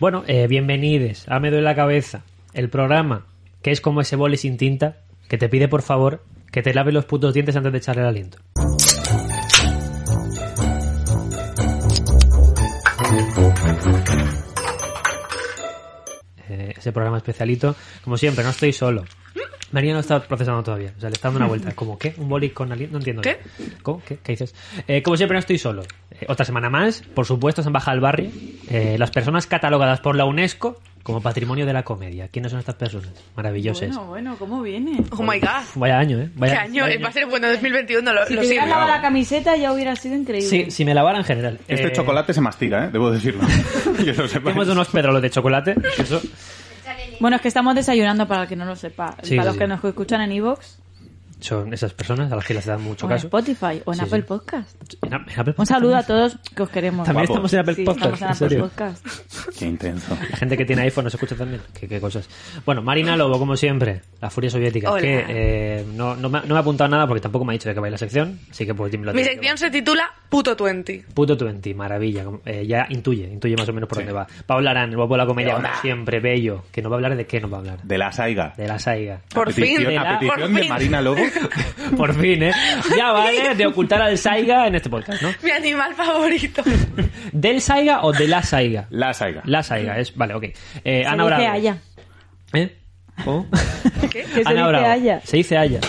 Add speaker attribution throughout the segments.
Speaker 1: Bueno, eh, bienvenidos a Me Doy la Cabeza, el programa que es como ese boli sin tinta que te pide por favor que te laves los putos dientes antes de echarle el aliento. Eh, ese programa especialito, como siempre, no estoy solo. María no está procesando todavía, o sea, le está dando una vuelta. ¿Cómo qué? ¿Un boli con aliento? No entiendo.
Speaker 2: ¿Qué?
Speaker 1: ¿Cómo? ¿Qué, ¿Qué dices? Eh, como siempre, no estoy solo. Eh, otra semana más, por supuesto, se han bajado al barrio eh, las personas catalogadas por la UNESCO como patrimonio de la comedia. ¿Quiénes son estas personas? Maravillosas.
Speaker 3: Bueno, bueno, ¿cómo viene?
Speaker 2: Oh my god.
Speaker 1: Vaya año, ¿eh?
Speaker 2: ¿Qué
Speaker 1: Vaya,
Speaker 2: año?
Speaker 1: vaya
Speaker 2: Va a ser bueno 2021, lo,
Speaker 3: Si
Speaker 2: lo
Speaker 3: te
Speaker 2: sigo.
Speaker 3: hubieras lavado la camiseta ya hubiera sido increíble.
Speaker 1: Sí, si me lavara en general.
Speaker 4: Este
Speaker 1: Eh,
Speaker 4: chocolate se mastiga, ¿eh? debo decirlo. que lo sepáis.
Speaker 1: Hemos de unos pedrolos de chocolate. Eso.
Speaker 3: Bueno, es que estamos desayunando para el que no lo sepa.
Speaker 1: Sí,
Speaker 3: para
Speaker 1: sí,
Speaker 3: los que
Speaker 1: sí.
Speaker 3: nos escuchan en Evox,
Speaker 1: Son esas personas a las que les dan mucho
Speaker 3: o en
Speaker 1: caso.
Speaker 3: Spotify, o en
Speaker 1: Sí,
Speaker 3: Apple
Speaker 1: sí.
Speaker 3: Podcast.
Speaker 1: En Apple- en Apple
Speaker 3: Un saludo a
Speaker 1: Podcast.
Speaker 3: todos que os queremos.
Speaker 1: También
Speaker 4: Guapo.
Speaker 1: estamos en Apple
Speaker 3: Sí,
Speaker 1: Podcast.
Speaker 3: estamos en
Speaker 1: en
Speaker 3: Apple
Speaker 1: serio.
Speaker 3: Podcast.
Speaker 4: Qué intenso.
Speaker 1: La gente que tiene iPhone nos escucha también. Qué, qué cosas. Bueno, Marina Lobo, como siempre, la furia soviética.
Speaker 2: Hola.
Speaker 1: Que eh, no, no, me, ha- no me ha apuntado nada porque tampoco me ha dicho de que va a ir la sección. Así que pues Jim lo
Speaker 2: Mi
Speaker 1: tiene que
Speaker 2: sección se titula Puto 20.
Speaker 1: va. Puto 20, maravilla. como- eh, ya intuye, intuye más o menos por
Speaker 4: Sí.
Speaker 1: dónde va. Paula Arán, el guapo de la comedia, como
Speaker 4: Hola.
Speaker 1: siempre, bello. Que no va a hablar de qué nos va a hablar.
Speaker 4: De la saiga.
Speaker 1: De la saiga.
Speaker 2: Por
Speaker 4: a petición,
Speaker 2: fin.
Speaker 4: a petición
Speaker 2: Por
Speaker 4: de
Speaker 2: fin.
Speaker 4: Marina Lobo.
Speaker 1: Por fin, ¿eh? Ya vale de ocultar al saiga en este podcast, ¿no?
Speaker 2: Mi animal favorito.
Speaker 1: ¿Del saiga o de la saiga?
Speaker 4: La saiga.
Speaker 1: La saiga, es... Vale, ok. Eh,
Speaker 3: Se
Speaker 1: Ana
Speaker 3: dice
Speaker 1: Bravo.
Speaker 3: haya.
Speaker 1: ¿Eh? ¿Cómo?
Speaker 2: ¿Qué?
Speaker 3: Que se
Speaker 1: Ana
Speaker 3: dice
Speaker 1: Bravo.
Speaker 3: haya.
Speaker 1: Se dice haya.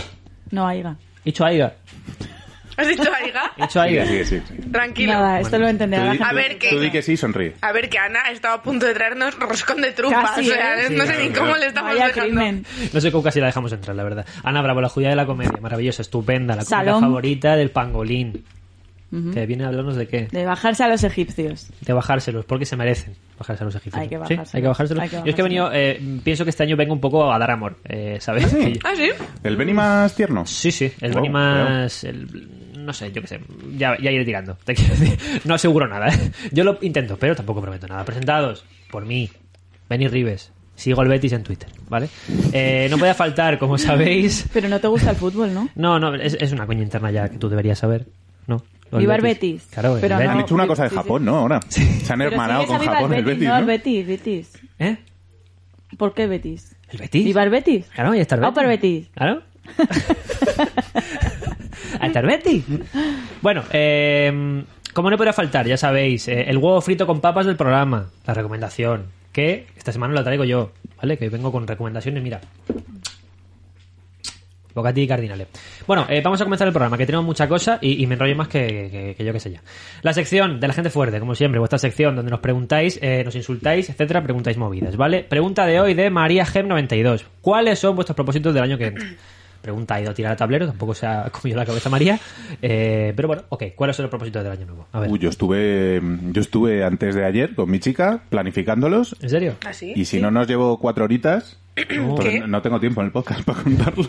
Speaker 3: No, haya.
Speaker 1: He dicho aiga.
Speaker 2: ¿Has dicho Aiga?
Speaker 1: He dicho aiga.
Speaker 4: Sí, sí, sí.
Speaker 2: Tranquilo.
Speaker 3: Nada, esto lo entenderá la
Speaker 4: Tú di-
Speaker 3: gente.
Speaker 2: A ver,
Speaker 4: tú-
Speaker 2: ¿qué?
Speaker 4: Tú di que sí, sonríe.
Speaker 2: A ver, que Ana ha estado a punto de traernos roscón de trufa.
Speaker 3: Casi,
Speaker 2: o sea,
Speaker 3: ¿eh?
Speaker 2: no sé
Speaker 4: Sí,
Speaker 2: ni
Speaker 4: claro.
Speaker 2: cómo le estamos
Speaker 3: Vaya
Speaker 2: dejando.
Speaker 3: crimen.
Speaker 1: No sé cómo casi la dejamos entrar, la verdad. Ana Bravo, la judía de la comedia. Maravillosa, estupenda. La comedia
Speaker 3: Salón.
Speaker 1: favorita del pangolín.
Speaker 3: Ujú.
Speaker 1: Que viene a hablarnos de qué.
Speaker 3: De bajarse a los egipcios.
Speaker 1: De bajárselos, porque se merecen bajarse a los egipcios.
Speaker 3: Hay que
Speaker 1: Sí,
Speaker 3: bajárselos.
Speaker 1: hay que bajárselos.
Speaker 3: Hay que
Speaker 1: Yo es que he venido, eh, pienso que este año vengo un poco a dar amor, eh, ¿sabes? Que yo-
Speaker 2: ¿Ah, sí?
Speaker 4: ¿El Benny más tierno?
Speaker 1: Sí, sí, el
Speaker 4: Wow,
Speaker 1: Beni más. el- no sé, yo qué sé. Ya, ya iré tirando. Te quiero decir. No aseguro nada, ¿eh? Yo lo intento, pero tampoco prometo nada. Presentados por mí, Benny Rives. Sigo al Betis en Twitter, ¿vale? Eh, no podía faltar, como sabéis.
Speaker 3: Pero no te gusta el fútbol, ¿no?
Speaker 1: No, no, es, es una coña interna ya que tú deberías saber, ¿no? Lo del
Speaker 3: Viva el Betis.
Speaker 1: Claro, el
Speaker 3: Pero
Speaker 1: Betis.
Speaker 4: Han
Speaker 3: no.
Speaker 4: hecho una cosa de
Speaker 3: Sí, sí.
Speaker 4: Japón, ¿no? Ahora. Se han
Speaker 3: Pero
Speaker 4: hermanado
Speaker 3: sigues
Speaker 4: con
Speaker 3: a viva
Speaker 4: Japón el Betis,
Speaker 3: No, el
Speaker 4: ¿no?
Speaker 3: Betis, Betis.
Speaker 1: ¿Eh?
Speaker 3: ¿Por qué Betis?
Speaker 1: ¿El Betis?
Speaker 3: ¿Viva el Betis?
Speaker 1: Claro, y está el Betis.
Speaker 3: Vamos por Betis.
Speaker 1: Claro. Hasta el Betis. Bueno, eh, como no podría faltar, ya sabéis, eh, el huevo frito con papas del programa, la recomendación, que esta semana lo traigo yo, ¿vale? Que vengo con recomendaciones, mira. Bocati y Cardinale. Bueno, eh, vamos a comenzar el programa, que tenemos mucha cosa y, y me enrollo más que, que- que yo que sé ya. La sección de la gente fuerte, como siempre, vuestra sección donde nos preguntáis, eh, nos insultáis, etcétera, preguntáis movidas, ¿vale? Pregunta de hoy de María Gem92. ¿Cuáles son vuestros propósitos del año que entra? Pregunta ha ido a tirar al tablero, tampoco se ha comido la cabeza María. eh, pero bueno, ok, ¿cuáles son los propósitos del año nuevo? A ver.
Speaker 4: Uy, yo estuve, mm, yo estuve antes de ayer con mi chica planificándolos
Speaker 1: ¿En serio?
Speaker 2: ¿Ah, sí?
Speaker 4: y si no nos llevo cuatro horitas, entonces
Speaker 2: ¿Qué?
Speaker 4: no tengo tiempo en el podcast para contarlo.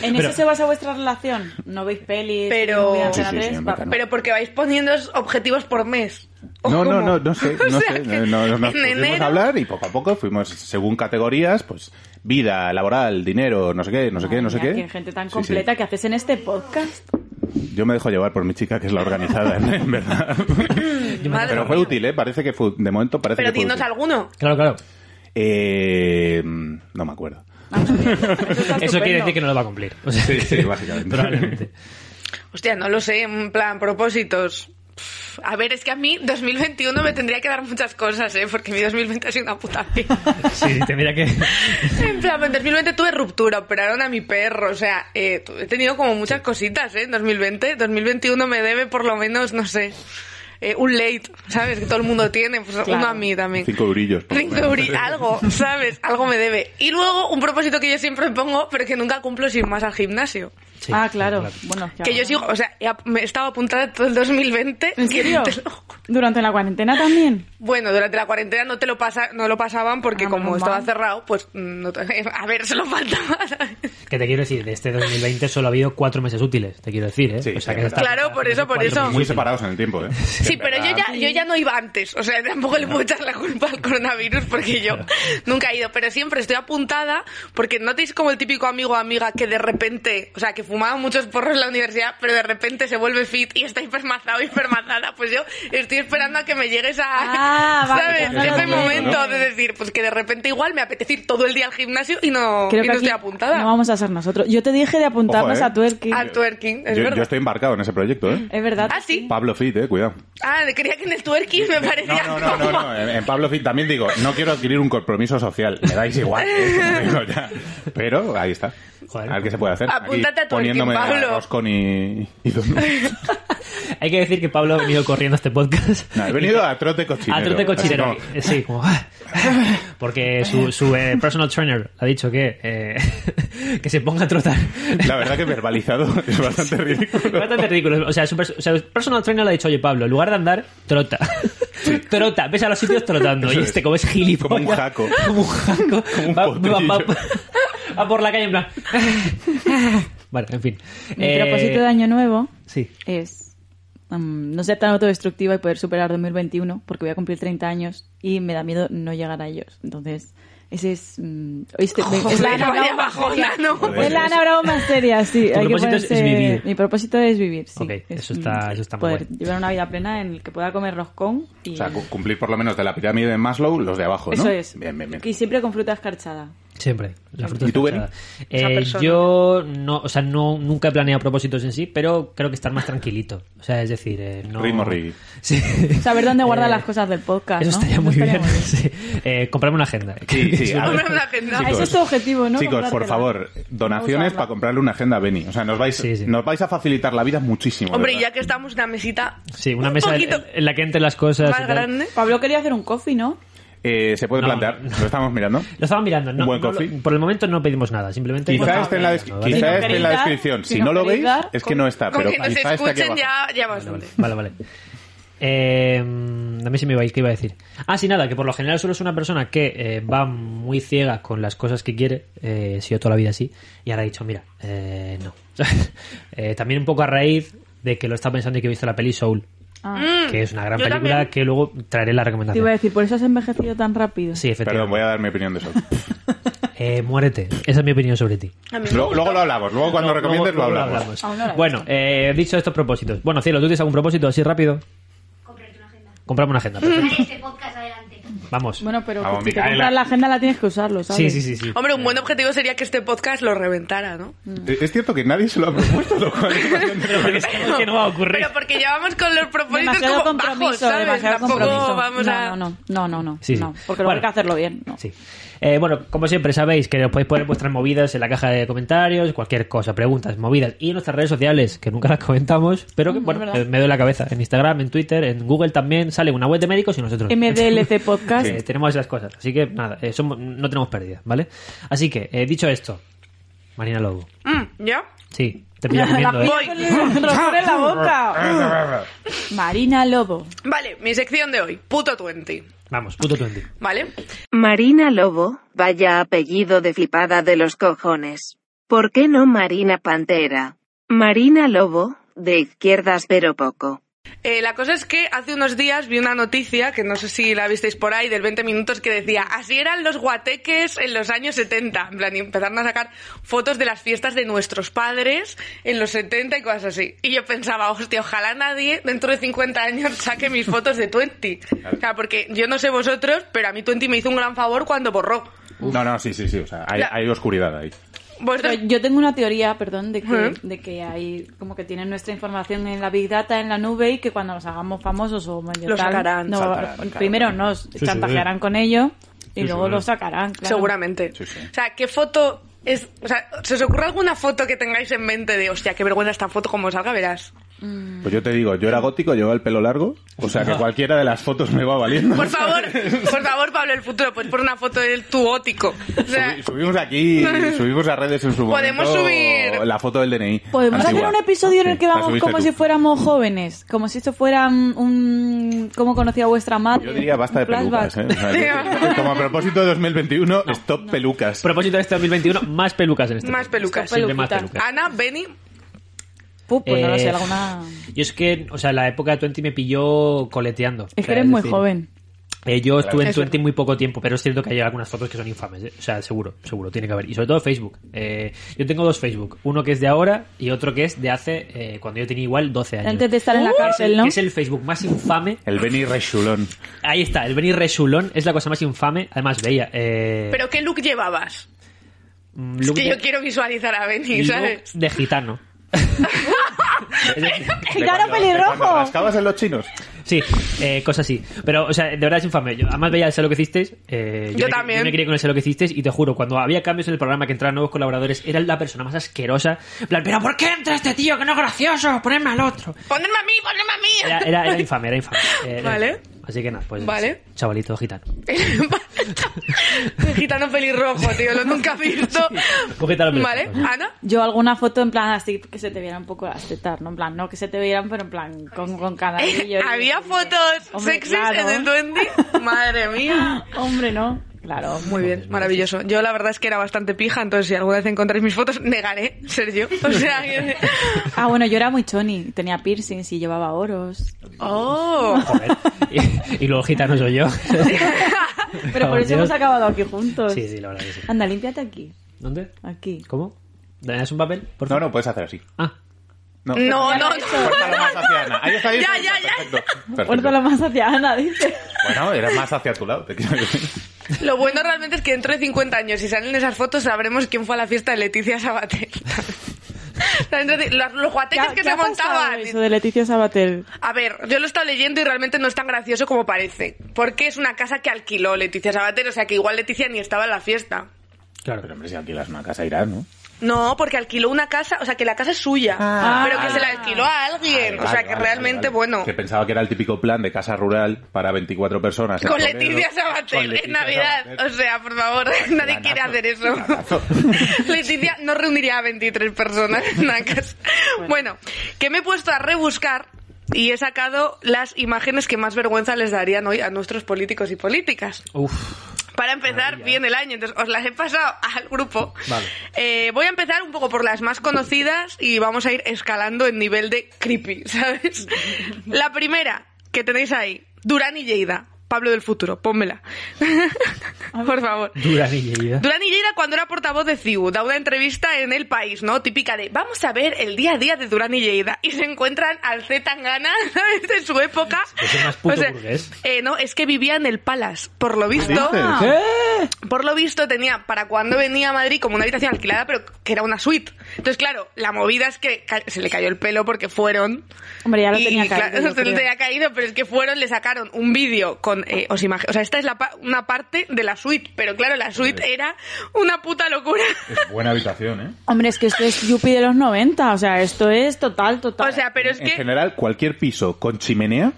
Speaker 3: ¿En
Speaker 1: Pero-
Speaker 3: eso se basa vuestra relación? ¿No veis pelis,
Speaker 2: Pero-
Speaker 3: no veis
Speaker 2: Sí,
Speaker 3: Antena
Speaker 4: sí,
Speaker 3: 3?
Speaker 4: sí,
Speaker 3: Va-
Speaker 4: hombre,
Speaker 2: Pero porque vais poniendo objetivos por mes. ¿O
Speaker 4: No, no,
Speaker 2: cómo?
Speaker 4: no, no sé, no
Speaker 2: O sea,
Speaker 4: sé.
Speaker 2: que
Speaker 4: no- no- nos
Speaker 2: en
Speaker 4: pusimos
Speaker 2: enero-
Speaker 4: a hablar y poco a poco fuimos según categorías, pues vida, laboral, dinero, no sé qué, no sé qué, no sé
Speaker 3: Madre
Speaker 4: qué.
Speaker 3: mía, gente tan
Speaker 4: Sí, sí.
Speaker 3: completa que haces en este podcast.
Speaker 4: Yo me dejo llevar por mi chica, que es la organizada, en verdad.
Speaker 2: Madre
Speaker 4: Pero fue
Speaker 2: mía.
Speaker 4: útil, ¿eh? Parece que fue, de momento parece
Speaker 2: Pero
Speaker 4: que fue
Speaker 2: dinos
Speaker 4: útil.
Speaker 2: alguno.
Speaker 1: Claro, claro.
Speaker 4: Eh, no me acuerdo.
Speaker 3: Ah, Eso, está
Speaker 1: Eso quiere
Speaker 3: estupendo.
Speaker 1: decir que no lo va a cumplir. O sea,
Speaker 4: Sí, sí,
Speaker 1: que-
Speaker 4: básicamente.
Speaker 1: probablemente.
Speaker 2: Hostia, no lo sé, en plan, propósitos. Pff, A ver, es que a mí 2021 me tendría que dar muchas cosas, ¿eh? Porque mi 2020 ha sido una puta mierda.
Speaker 1: Sí, tendría que.
Speaker 2: En plan, en 2020 tuve ruptura, operaron a mi perro, o sea, eh, tu- he tenido como muchas cositas, ¿eh? En 2020, 2021 me debe por lo menos, no sé, eh, un late, ¿sabes? Que todo el mundo tiene, pues
Speaker 3: Claro.
Speaker 2: uno a mí también.
Speaker 4: Cinco eurillos. por lo
Speaker 2: Cinco
Speaker 4: menos.
Speaker 2: euros, algo, ¿sabes? Algo me debe. Y luego un propósito que yo siempre me pongo, pero que nunca cumplo sin más al gimnasio.
Speaker 1: Sí,
Speaker 3: ah,
Speaker 1: sí,
Speaker 3: claro. Bueno, ya.
Speaker 2: Que yo sigo, o sea, he ap- me he estado apuntada todo el 2020.
Speaker 3: ¿En serio?
Speaker 2: Te lo juro.
Speaker 3: ¿Durante la cuarentena también?
Speaker 2: Bueno, durante la cuarentena no te lo pasa, no lo pasaban porque
Speaker 3: Ah,
Speaker 2: como
Speaker 3: menos
Speaker 2: estaba
Speaker 3: mal.
Speaker 2: cerrado, pues mm, no te- a ver, se lo faltaba.
Speaker 1: Que te quiero decir, de este 2020 solo ha habido cuatro meses útiles, te quiero decir, ¿eh?
Speaker 4: Sí,
Speaker 1: O sea,
Speaker 4: sí,
Speaker 1: que
Speaker 4: es
Speaker 1: está-
Speaker 4: verdad.
Speaker 2: Claro, por eso, por
Speaker 1: cuatro
Speaker 2: eso.
Speaker 1: meses
Speaker 4: Muy
Speaker 1: útiles.
Speaker 4: separados en el tiempo, ¿eh?
Speaker 2: Sí, pero yo ya, yo ya no iba antes, o sea, tampoco le puedo echar la culpa al coronavirus porque yo nunca he ido, pero siempre estoy apuntada porque no tenéis como el típico amigo o amiga que de repente, o sea, que fumaba muchos porros en la universidad, pero de repente se vuelve fit y está hipermazado, hipermazada, pues yo estoy esperando a que me llegues a,
Speaker 3: Ah, vale,
Speaker 2: ¿sabes?
Speaker 4: cuando
Speaker 2: Ese
Speaker 4: lo
Speaker 2: momento
Speaker 4: digas.
Speaker 2: de decir, pues que de repente igual me apetece ir todo el día al gimnasio y no, y no
Speaker 3: aquí
Speaker 2: estoy apuntada
Speaker 3: No vamos a ser nosotros. Yo te dije de apuntarnos
Speaker 4: Ojo, ¿eh?
Speaker 3: a twerking.
Speaker 2: al twerking, es
Speaker 4: Yo,
Speaker 2: verdad.
Speaker 4: yo estoy embarcado en ese proyecto, ¿eh?
Speaker 3: Es verdad.
Speaker 2: Ah, sí.
Speaker 4: Pablo Fit, eh, cuidado.
Speaker 2: Ah, creía que en el twerking me parecía
Speaker 4: No, no, no, no,
Speaker 2: como-
Speaker 4: no, eh. En, en Pablo Fit también digo, no quiero adquirir un compromiso social. Me dais igual, ¿eh? Digo, ya. Pero ahí está.
Speaker 1: Joder.
Speaker 4: a ver qué se puede hacer. Aquí
Speaker 2: Apúntate a tu
Speaker 4: poniéndome
Speaker 2: equipo, Pablo.
Speaker 4: a Roscon y, y Don Luis.
Speaker 1: Hay que decir que Pablo ha venido corriendo a este podcast.
Speaker 4: No, he venido a trote cochinero.
Speaker 1: A trote cochinero.
Speaker 4: Así como-
Speaker 1: Eh, Sí, como... ah, ah, Porque su, su, eh, personal trainer ha dicho que, eh, que se ponga a trotar.
Speaker 4: La verdad que verbalizado es bastante ridículo.
Speaker 1: Bastante ridículo. O sea, su, pers- o sea, su personal trainer le ha dicho, oye, Pablo, en lugar de andar, trota. Trota. Ves a los sitios trotando.
Speaker 4: Eso
Speaker 1: y
Speaker 4: es.
Speaker 1: este, como es gilipollas.
Speaker 4: Como un jaco.
Speaker 1: Como un jaco.
Speaker 4: Como un
Speaker 1: va, va- va-
Speaker 4: potrillo.
Speaker 1: va por la calle en plan... Vale, en fin.
Speaker 3: Mi
Speaker 1: Eh,
Speaker 3: propósito de año nuevo
Speaker 1: Sí.
Speaker 3: es mm, no ser tan autodestructiva y poder superar 2021 porque voy a cumplir 30 años y me da miedo no llegar a ellos. Entonces, ese es... mm, oíste, me- es la
Speaker 2: Joder,
Speaker 3: Ana
Speaker 2: vaya
Speaker 3: Bravo más
Speaker 2: bajona,
Speaker 3: seria.
Speaker 2: ¿no?
Speaker 3: Es la Ana Bravo más seria, sí.
Speaker 1: Tu
Speaker 3: hay que
Speaker 1: propósito es- es
Speaker 3: ponerse-
Speaker 1: vivir.
Speaker 3: Mi propósito es vivir, sí.
Speaker 1: Ok,
Speaker 3: Es,
Speaker 1: eso está-
Speaker 3: mm,
Speaker 1: eso está muy
Speaker 3: Poder
Speaker 1: bueno.
Speaker 3: llevar una vida plena en la que pueda comer roscón y...
Speaker 4: O sea, cu- cumplir por lo menos de la pirámide de Maslow los de abajo, ¿no?
Speaker 3: Eso es.
Speaker 4: Bien, bien, bien.
Speaker 3: Y siempre con fruta escarchada.
Speaker 1: Siempre. La fruta
Speaker 4: ¿Y tú,
Speaker 1: escarchada.
Speaker 2: Beni?
Speaker 1: Eh,
Speaker 2: Esa persona.
Speaker 1: yo no, o sea, no, nunca he planeado propósitos en sí, pero creo que estar más tranquilito. O sea, es decir, eh, no.
Speaker 4: Ritmo reggae.
Speaker 1: Sí.
Speaker 3: Saber dónde guardar
Speaker 1: Eh,
Speaker 3: las cosas del podcast,
Speaker 1: Eso
Speaker 3: Ah, ¿no?
Speaker 1: estaría
Speaker 3: Eso
Speaker 1: muy
Speaker 3: estaría
Speaker 1: bien.
Speaker 3: muy bien. Ah,
Speaker 1: Sí. Eh, comprarme una agenda.
Speaker 4: Sí, ah. sí, a ver.
Speaker 2: Hombre, una agenda.
Speaker 4: Chicos,
Speaker 3: Ese es tu objetivo, ¿no?
Speaker 4: Chicos, por
Speaker 3: Comprártela.
Speaker 4: favor, donaciones
Speaker 3: Usarla.
Speaker 4: para comprarle una agenda a Beni. O sea, nos vais,
Speaker 1: Sí, sí.
Speaker 4: nos vais a facilitar la vida muchísimo. de
Speaker 2: Hombre, y
Speaker 4: verdad.
Speaker 2: ya que estamos en una mesita
Speaker 1: Sí, una
Speaker 2: un
Speaker 1: mesa en,
Speaker 2: poquito
Speaker 1: en la que entren las cosas. y
Speaker 2: más
Speaker 1: tal.
Speaker 2: grande.
Speaker 3: Pablo quería hacer un coffee, ¿no?
Speaker 4: Eh, se puede
Speaker 1: No,
Speaker 4: plantear,
Speaker 1: no.
Speaker 4: lo estamos mirando.
Speaker 1: Lo estaba mirando. No,
Speaker 4: Un buen
Speaker 1: no lo-
Speaker 4: coffee.
Speaker 1: por el momento no pedimos nada. Simplemente.
Speaker 4: Quizá
Speaker 1: Bueno,
Speaker 4: esté en la,
Speaker 1: no,
Speaker 4: descri-
Speaker 1: no, vale.
Speaker 4: quizá
Speaker 3: Si no
Speaker 4: esté en la
Speaker 3: queréis dar,
Speaker 4: descripción.
Speaker 3: si
Speaker 4: Si
Speaker 3: no
Speaker 4: no lo
Speaker 3: queréis
Speaker 4: veis,
Speaker 3: dar,
Speaker 4: es que no está,
Speaker 2: Con
Speaker 4: pero
Speaker 2: que nos
Speaker 4: quizá esté aquí
Speaker 2: escuchen
Speaker 4: abajo.
Speaker 2: ya, ya
Speaker 1: Vale, vale,
Speaker 2: bastante.
Speaker 1: vale, vale. Eh, mm, a mí se me iba a ir, ¿qué iba a decir? Ah, sí, nada, que por lo general solo es una persona que eh, va muy ciega con las cosas que quiere, eh, he sido toda la vida así, y ahora he dicho, mira, eh, no. Eh, también un poco a raíz de que lo está pensando y que he visto la peli Soul,
Speaker 3: Ah,
Speaker 1: que es una gran
Speaker 2: Mm, yo
Speaker 1: película
Speaker 2: también.
Speaker 1: que luego traeré la
Speaker 3: te iba a
Speaker 1: recomendación.
Speaker 3: decir, por eso has envejecido tan rápido.
Speaker 1: Sí,
Speaker 4: Perdón, voy
Speaker 1: efectivamente.
Speaker 4: a dar mi opinión de eso.
Speaker 1: Eh, muérete, esa es mi opinión sobre ti.
Speaker 2: A mí me
Speaker 4: Luego,
Speaker 2: gusta.
Speaker 4: luego lo hablamos, luego cuando
Speaker 1: Luego-
Speaker 4: recomiendes
Speaker 1: luego
Speaker 4: lo hablamos.
Speaker 3: Aún no la he
Speaker 1: Bueno, eh, dicho estos propósitos. Bueno, Cielo, ¿tú tienes algún propósito así rápido?
Speaker 5: Comprarte una agenda.
Speaker 1: Comprarme una agenda. perfecto.
Speaker 5: Este podcast adelante.
Speaker 1: Vamos.
Speaker 3: Bueno, pero
Speaker 4: Vamos,
Speaker 3: si te
Speaker 4: Micaela.
Speaker 3: compras la agenda la tienes que usarlo, ¿sabes?
Speaker 1: sí, sí, sí, sí.
Speaker 2: Hombre, un buen objetivo sería que este podcast lo reventara, ¿no?
Speaker 4: Eh, Es cierto que nadie se lo ha propuesto, lo cual es bastante-
Speaker 1: Porque sabemos que no va a ocurrir.
Speaker 2: Pero porque llevamos con los propósitos
Speaker 3: Demasiado
Speaker 2: como
Speaker 3: compromiso,
Speaker 2: bajos, ¿sabes?
Speaker 3: demasiado
Speaker 2: Tampoco
Speaker 3: compromiso.
Speaker 2: vamos
Speaker 3: no,
Speaker 2: a...
Speaker 3: no, no, no, no, no,
Speaker 1: Sí, sí.
Speaker 3: no, porque
Speaker 1: Bueno.
Speaker 3: luego hay que hacerlo bien. No.
Speaker 1: Sí. Eh, bueno, como siempre sabéis que os podéis poner vuestras movidas en la caja de comentarios, cualquier cosa, preguntas, movidas y en nuestras redes sociales que nunca las comentamos, pero que
Speaker 3: Mm,
Speaker 1: bueno,
Speaker 3: es verdad.
Speaker 1: eh, me doy la cabeza. En Instagram, en Twitter, en Google también sale una web de médicos y nosotros.
Speaker 3: MDLT Podcast.
Speaker 1: Eh, tenemos esas cosas, así que nada, eh, somos- no tenemos pérdida, ¿vale? Así que eh, dicho esto, Marina Lobo,
Speaker 2: Mm, ¿Ya?
Speaker 1: sí, te pillo comiendo, ¿eh?
Speaker 2: voy.
Speaker 3: Roscón en la boca. Marina Lobo.
Speaker 2: Vale, mi sección de hoy, puto 20,
Speaker 1: Vamos, puto 20.
Speaker 2: ¿vale?
Speaker 6: Marina Lobo, vaya apellido de flipada de los cojones. ¿Por qué no Marina Pantera? Marina Lobo, de izquierdas pero poco.
Speaker 2: Eh, la cosa es que hace unos días vi una noticia, que no sé si la visteis por ahí, del 20 minutos, que decía, así eran los guateques en los años 70. En plan, y empezaron a sacar fotos de las fiestas de nuestros padres en los 70 y cosas así. Y yo pensaba, hostia, ojalá nadie dentro de 50 años saque mis fotos de 20. O sea, porque yo no sé vosotros, pero a mí 20 me hizo un gran favor cuando borró.
Speaker 4: No, no, sí, sí, sí. O sea, hay,
Speaker 2: La-
Speaker 4: hay oscuridad ahí.
Speaker 2: Vosotros-
Speaker 3: Pero yo tengo una teoría, perdón, de que,
Speaker 2: Ujú.
Speaker 3: de que hay como que tienen nuestra información en la Big Data, en la nube, y que cuando nos hagamos famosos o mayor
Speaker 2: Lo
Speaker 3: tal,
Speaker 2: sacarán.
Speaker 3: no,
Speaker 4: Sacarán, claro.
Speaker 3: primero nos
Speaker 1: sí.
Speaker 3: chantajearán con ello y
Speaker 1: Sí,
Speaker 3: luego
Speaker 1: sí.
Speaker 3: lo sacarán. claro.
Speaker 2: Seguramente.
Speaker 4: Sí, sí.
Speaker 2: O sea, ¿qué foto Es, o sea, ¿se os ocurre alguna foto que tengáis en mente de, hostia, qué vergüenza esta foto como salga, verás? Mm.
Speaker 4: Pues yo te digo, yo era gótico, llevaba el pelo largo, o sea que cualquiera de las fotos me va valiendo.
Speaker 2: Por favor, por favor, Pablo, el futuro, pues por una foto del tu gótico. O sea,
Speaker 4: Subi- subimos aquí, subimos a redes en su
Speaker 2: Podemos
Speaker 4: momento
Speaker 2: subir-
Speaker 4: la foto del DNI.
Speaker 3: Podemos hacer
Speaker 4: antigua.
Speaker 3: un episodio en el que
Speaker 4: La
Speaker 3: vamos
Speaker 4: subiste
Speaker 3: como
Speaker 4: tú.
Speaker 3: si fuéramos jóvenes, como si esto fuera un, un- cómo conocía vuestra madre.
Speaker 4: Yo diría basta de
Speaker 3: un flashback.
Speaker 4: pelucas, ¿eh? O sea, como a propósito de 2021, stop pelucas.
Speaker 1: Propósito de este 2021, más pelucas en este.
Speaker 2: Más
Speaker 1: podcast.
Speaker 2: pelucas.
Speaker 1: Siempre más
Speaker 3: Peluquitas.
Speaker 1: pelucas.
Speaker 2: Ana, Benny,
Speaker 3: Puh, pues no lo sé,
Speaker 1: Eh,
Speaker 3: alguna.
Speaker 1: Yo es que, o sea, la época de Twenty me pilló coleteando. O
Speaker 3: Es que
Speaker 1: sea,
Speaker 3: eres muy
Speaker 1: decir,
Speaker 3: joven.
Speaker 1: eh, yo estuve en
Speaker 2: Eso.
Speaker 1: Twenty muy poco tiempo, pero es cierto que hay algunas fotos que son infames. ¿eh? O sea, seguro, seguro, tiene que haber. Y sobre todo Facebook. Eh, yo tengo dos Facebook. Uno que es de ahora y otro que es de hace, eh, cuando yo tenía igual 12 años.
Speaker 3: Antes de estar en la
Speaker 1: Que es el-
Speaker 3: cárcel, ¿no?
Speaker 1: que es el Facebook más infame.
Speaker 4: El Benny Rechulón.
Speaker 1: Ahí está, el Benny Resulón es la cosa más infame. Además, veía. Eh,
Speaker 2: ¿pero qué look llevabas?
Speaker 1: mm,
Speaker 2: Es
Speaker 1: look
Speaker 2: que
Speaker 1: de-
Speaker 2: yo quiero visualizar a Benny,
Speaker 1: look
Speaker 2: ¿sabes?
Speaker 1: de gitano. Es decir,
Speaker 3: ¡Claro,
Speaker 4: Cuando
Speaker 3: pelirrojo!
Speaker 4: rascabas en los chinos.
Speaker 1: Sí, eh, cosas así. Pero, o sea, de verdad es infame. Yo, además veía el Sé lo que hicisteis. eh,
Speaker 2: Yo
Speaker 1: me-
Speaker 2: también.
Speaker 1: Yo me crié con el Sé lo que hicisteis y te juro, cuando había cambios en el programa que entraban nuevos colaboradores, era la persona más asquerosa. En plan, pero ¿por qué entra este tío que no es gracioso? Ponerme al otro.
Speaker 2: ¡Ponerme a mí, ponerme a mí!
Speaker 1: Era, era, era infame, era infame. Eh, era
Speaker 2: Vale.
Speaker 1: infame. Así que nada, pues
Speaker 2: Vale.
Speaker 1: chavalito gitano.
Speaker 2: Un gitano pelirrojo, tío, lo nunca he visto.
Speaker 1: Un gitano pelirrojo,
Speaker 2: Vale,
Speaker 1: sí.
Speaker 2: Ana.
Speaker 3: Yo alguna foto en plan así que se te viera un poco las tetas, ¿no? En plan, no que se te vieran, pero en plan con, con canalillo.
Speaker 2: Eh, Había fotos
Speaker 3: Hombre,
Speaker 2: sexys en
Speaker 3: claro.
Speaker 2: el Twenty. Madre mía.
Speaker 3: Hombre, ¿no? Claro.
Speaker 2: Muy bien, maravilloso. Yo la verdad es que era bastante pija, entonces si alguna vez encontráis mis fotos, negaré ser yo. O sea, que-
Speaker 3: Ah, bueno, yo era muy choni. Tenía piercings y llevaba oros.
Speaker 2: ¡Oh!
Speaker 1: Joder. Y, y luego gitano soy yo.
Speaker 3: Pero
Speaker 1: Oh,
Speaker 3: por eso
Speaker 1: Dios.
Speaker 3: hemos acabado aquí juntos.
Speaker 1: Sí, sí, la verdad que sí.
Speaker 3: Anda, límpiate aquí.
Speaker 1: ¿Dónde?
Speaker 3: Aquí.
Speaker 1: ¿Cómo? ¿Me das un papel? Por
Speaker 4: No,
Speaker 1: favor?
Speaker 4: no, puedes hacer así.
Speaker 1: Ah,
Speaker 4: No,
Speaker 2: No, no, no.
Speaker 4: Fuérzalo más hacia Ana. Ahí está, ahí está,
Speaker 2: Ya, ya, ya.
Speaker 4: Perfecto. perfecto.
Speaker 3: Puértalo más hacia Ana, dice.
Speaker 4: Bueno, era más hacia tu lado, te quiero decir.
Speaker 2: Lo bueno realmente es que dentro de 50 años, si salen esas fotos, sabremos quién fue a la fiesta de Leticia Sabater. O sea, entonces, Los, los guateques que
Speaker 3: ha
Speaker 2: se
Speaker 3: pasado
Speaker 2: montaban.
Speaker 3: Eso de Leticia Sabater.
Speaker 2: A ver, yo lo he estado leyendo y realmente no es tan gracioso como parece. Porque es una casa que alquiló Leticia Sabater, o sea que igual Leticia ni estaba en la fiesta.
Speaker 1: claro.
Speaker 4: Pero hombre, si alquilas una casa irás, ¿no?
Speaker 2: No, porque alquiló una casa, o sea que la casa es suya,
Speaker 4: Ah.
Speaker 2: pero que se la alquiló a alguien, o sea
Speaker 4: Vale,
Speaker 2: que
Speaker 4: vale,
Speaker 2: realmente
Speaker 4: vale, vale.
Speaker 2: bueno.
Speaker 4: Que pensaba que era el típico plan de casa rural para 24 personas. en
Speaker 2: Con
Speaker 4: Torero,
Speaker 2: Leticia Sabater
Speaker 4: con
Speaker 2: en
Speaker 4: Leticia
Speaker 2: Navidad,
Speaker 4: Sabater.
Speaker 2: o sea, por favor, nadie
Speaker 4: planazo,
Speaker 2: quiere hacer eso.
Speaker 4: planazo.
Speaker 2: Leticia no reuniría a 23 personas en una casa. Bueno, que me he puesto a rebuscar y he sacado las imágenes que más vergüenza les darían hoy a nuestros políticos y políticas.
Speaker 1: Uf.
Speaker 2: Para empezar bien el año, entonces os las he pasado al grupo.
Speaker 1: Vale.
Speaker 2: Eh, voy a empezar un poco por las más conocidas y vamos a ir escalando en nivel de creepy, ¿sabes? La primera que tenéis ahí, Durán y Lleida, Pablo del futuro, pónmela. por favor.
Speaker 1: Dura mi vida.
Speaker 2: Durán y Lleida cuando era portavoz de CIU da una entrevista en El País, ¿no? Típica de, vamos a ver el día a día de Durán y Lleida. Y se encuentran al Z Tangana, ¿sabes? De su época.
Speaker 1: Es el más puto burgués.
Speaker 2: eh, no, es que vivía en el Palace, por lo visto.
Speaker 4: ¿Dices?
Speaker 2: Por lo visto tenía para cuando venía a Madrid como una habitación alquilada, pero que era una suite. Entonces, claro, la movida es que ca- se le cayó el pelo porque fueron.
Speaker 3: Hombre, ya lo
Speaker 2: y,
Speaker 3: tenía
Speaker 2: claro,
Speaker 3: caído, yo
Speaker 2: se le
Speaker 3: creo.
Speaker 2: tenía caído, pero es que fueron, le sacaron un vídeo con. eh, os imag- o sea, esta es la pa- una parte de la suite, pero claro, la suite era una puta locura.
Speaker 4: Es buena habitación, ¿eh?
Speaker 3: Hombre, es que esto es Yuppie de los 90. O sea, esto es total, total.
Speaker 2: O sea, pero es
Speaker 4: en
Speaker 2: que.
Speaker 4: general, cualquier piso con chimenea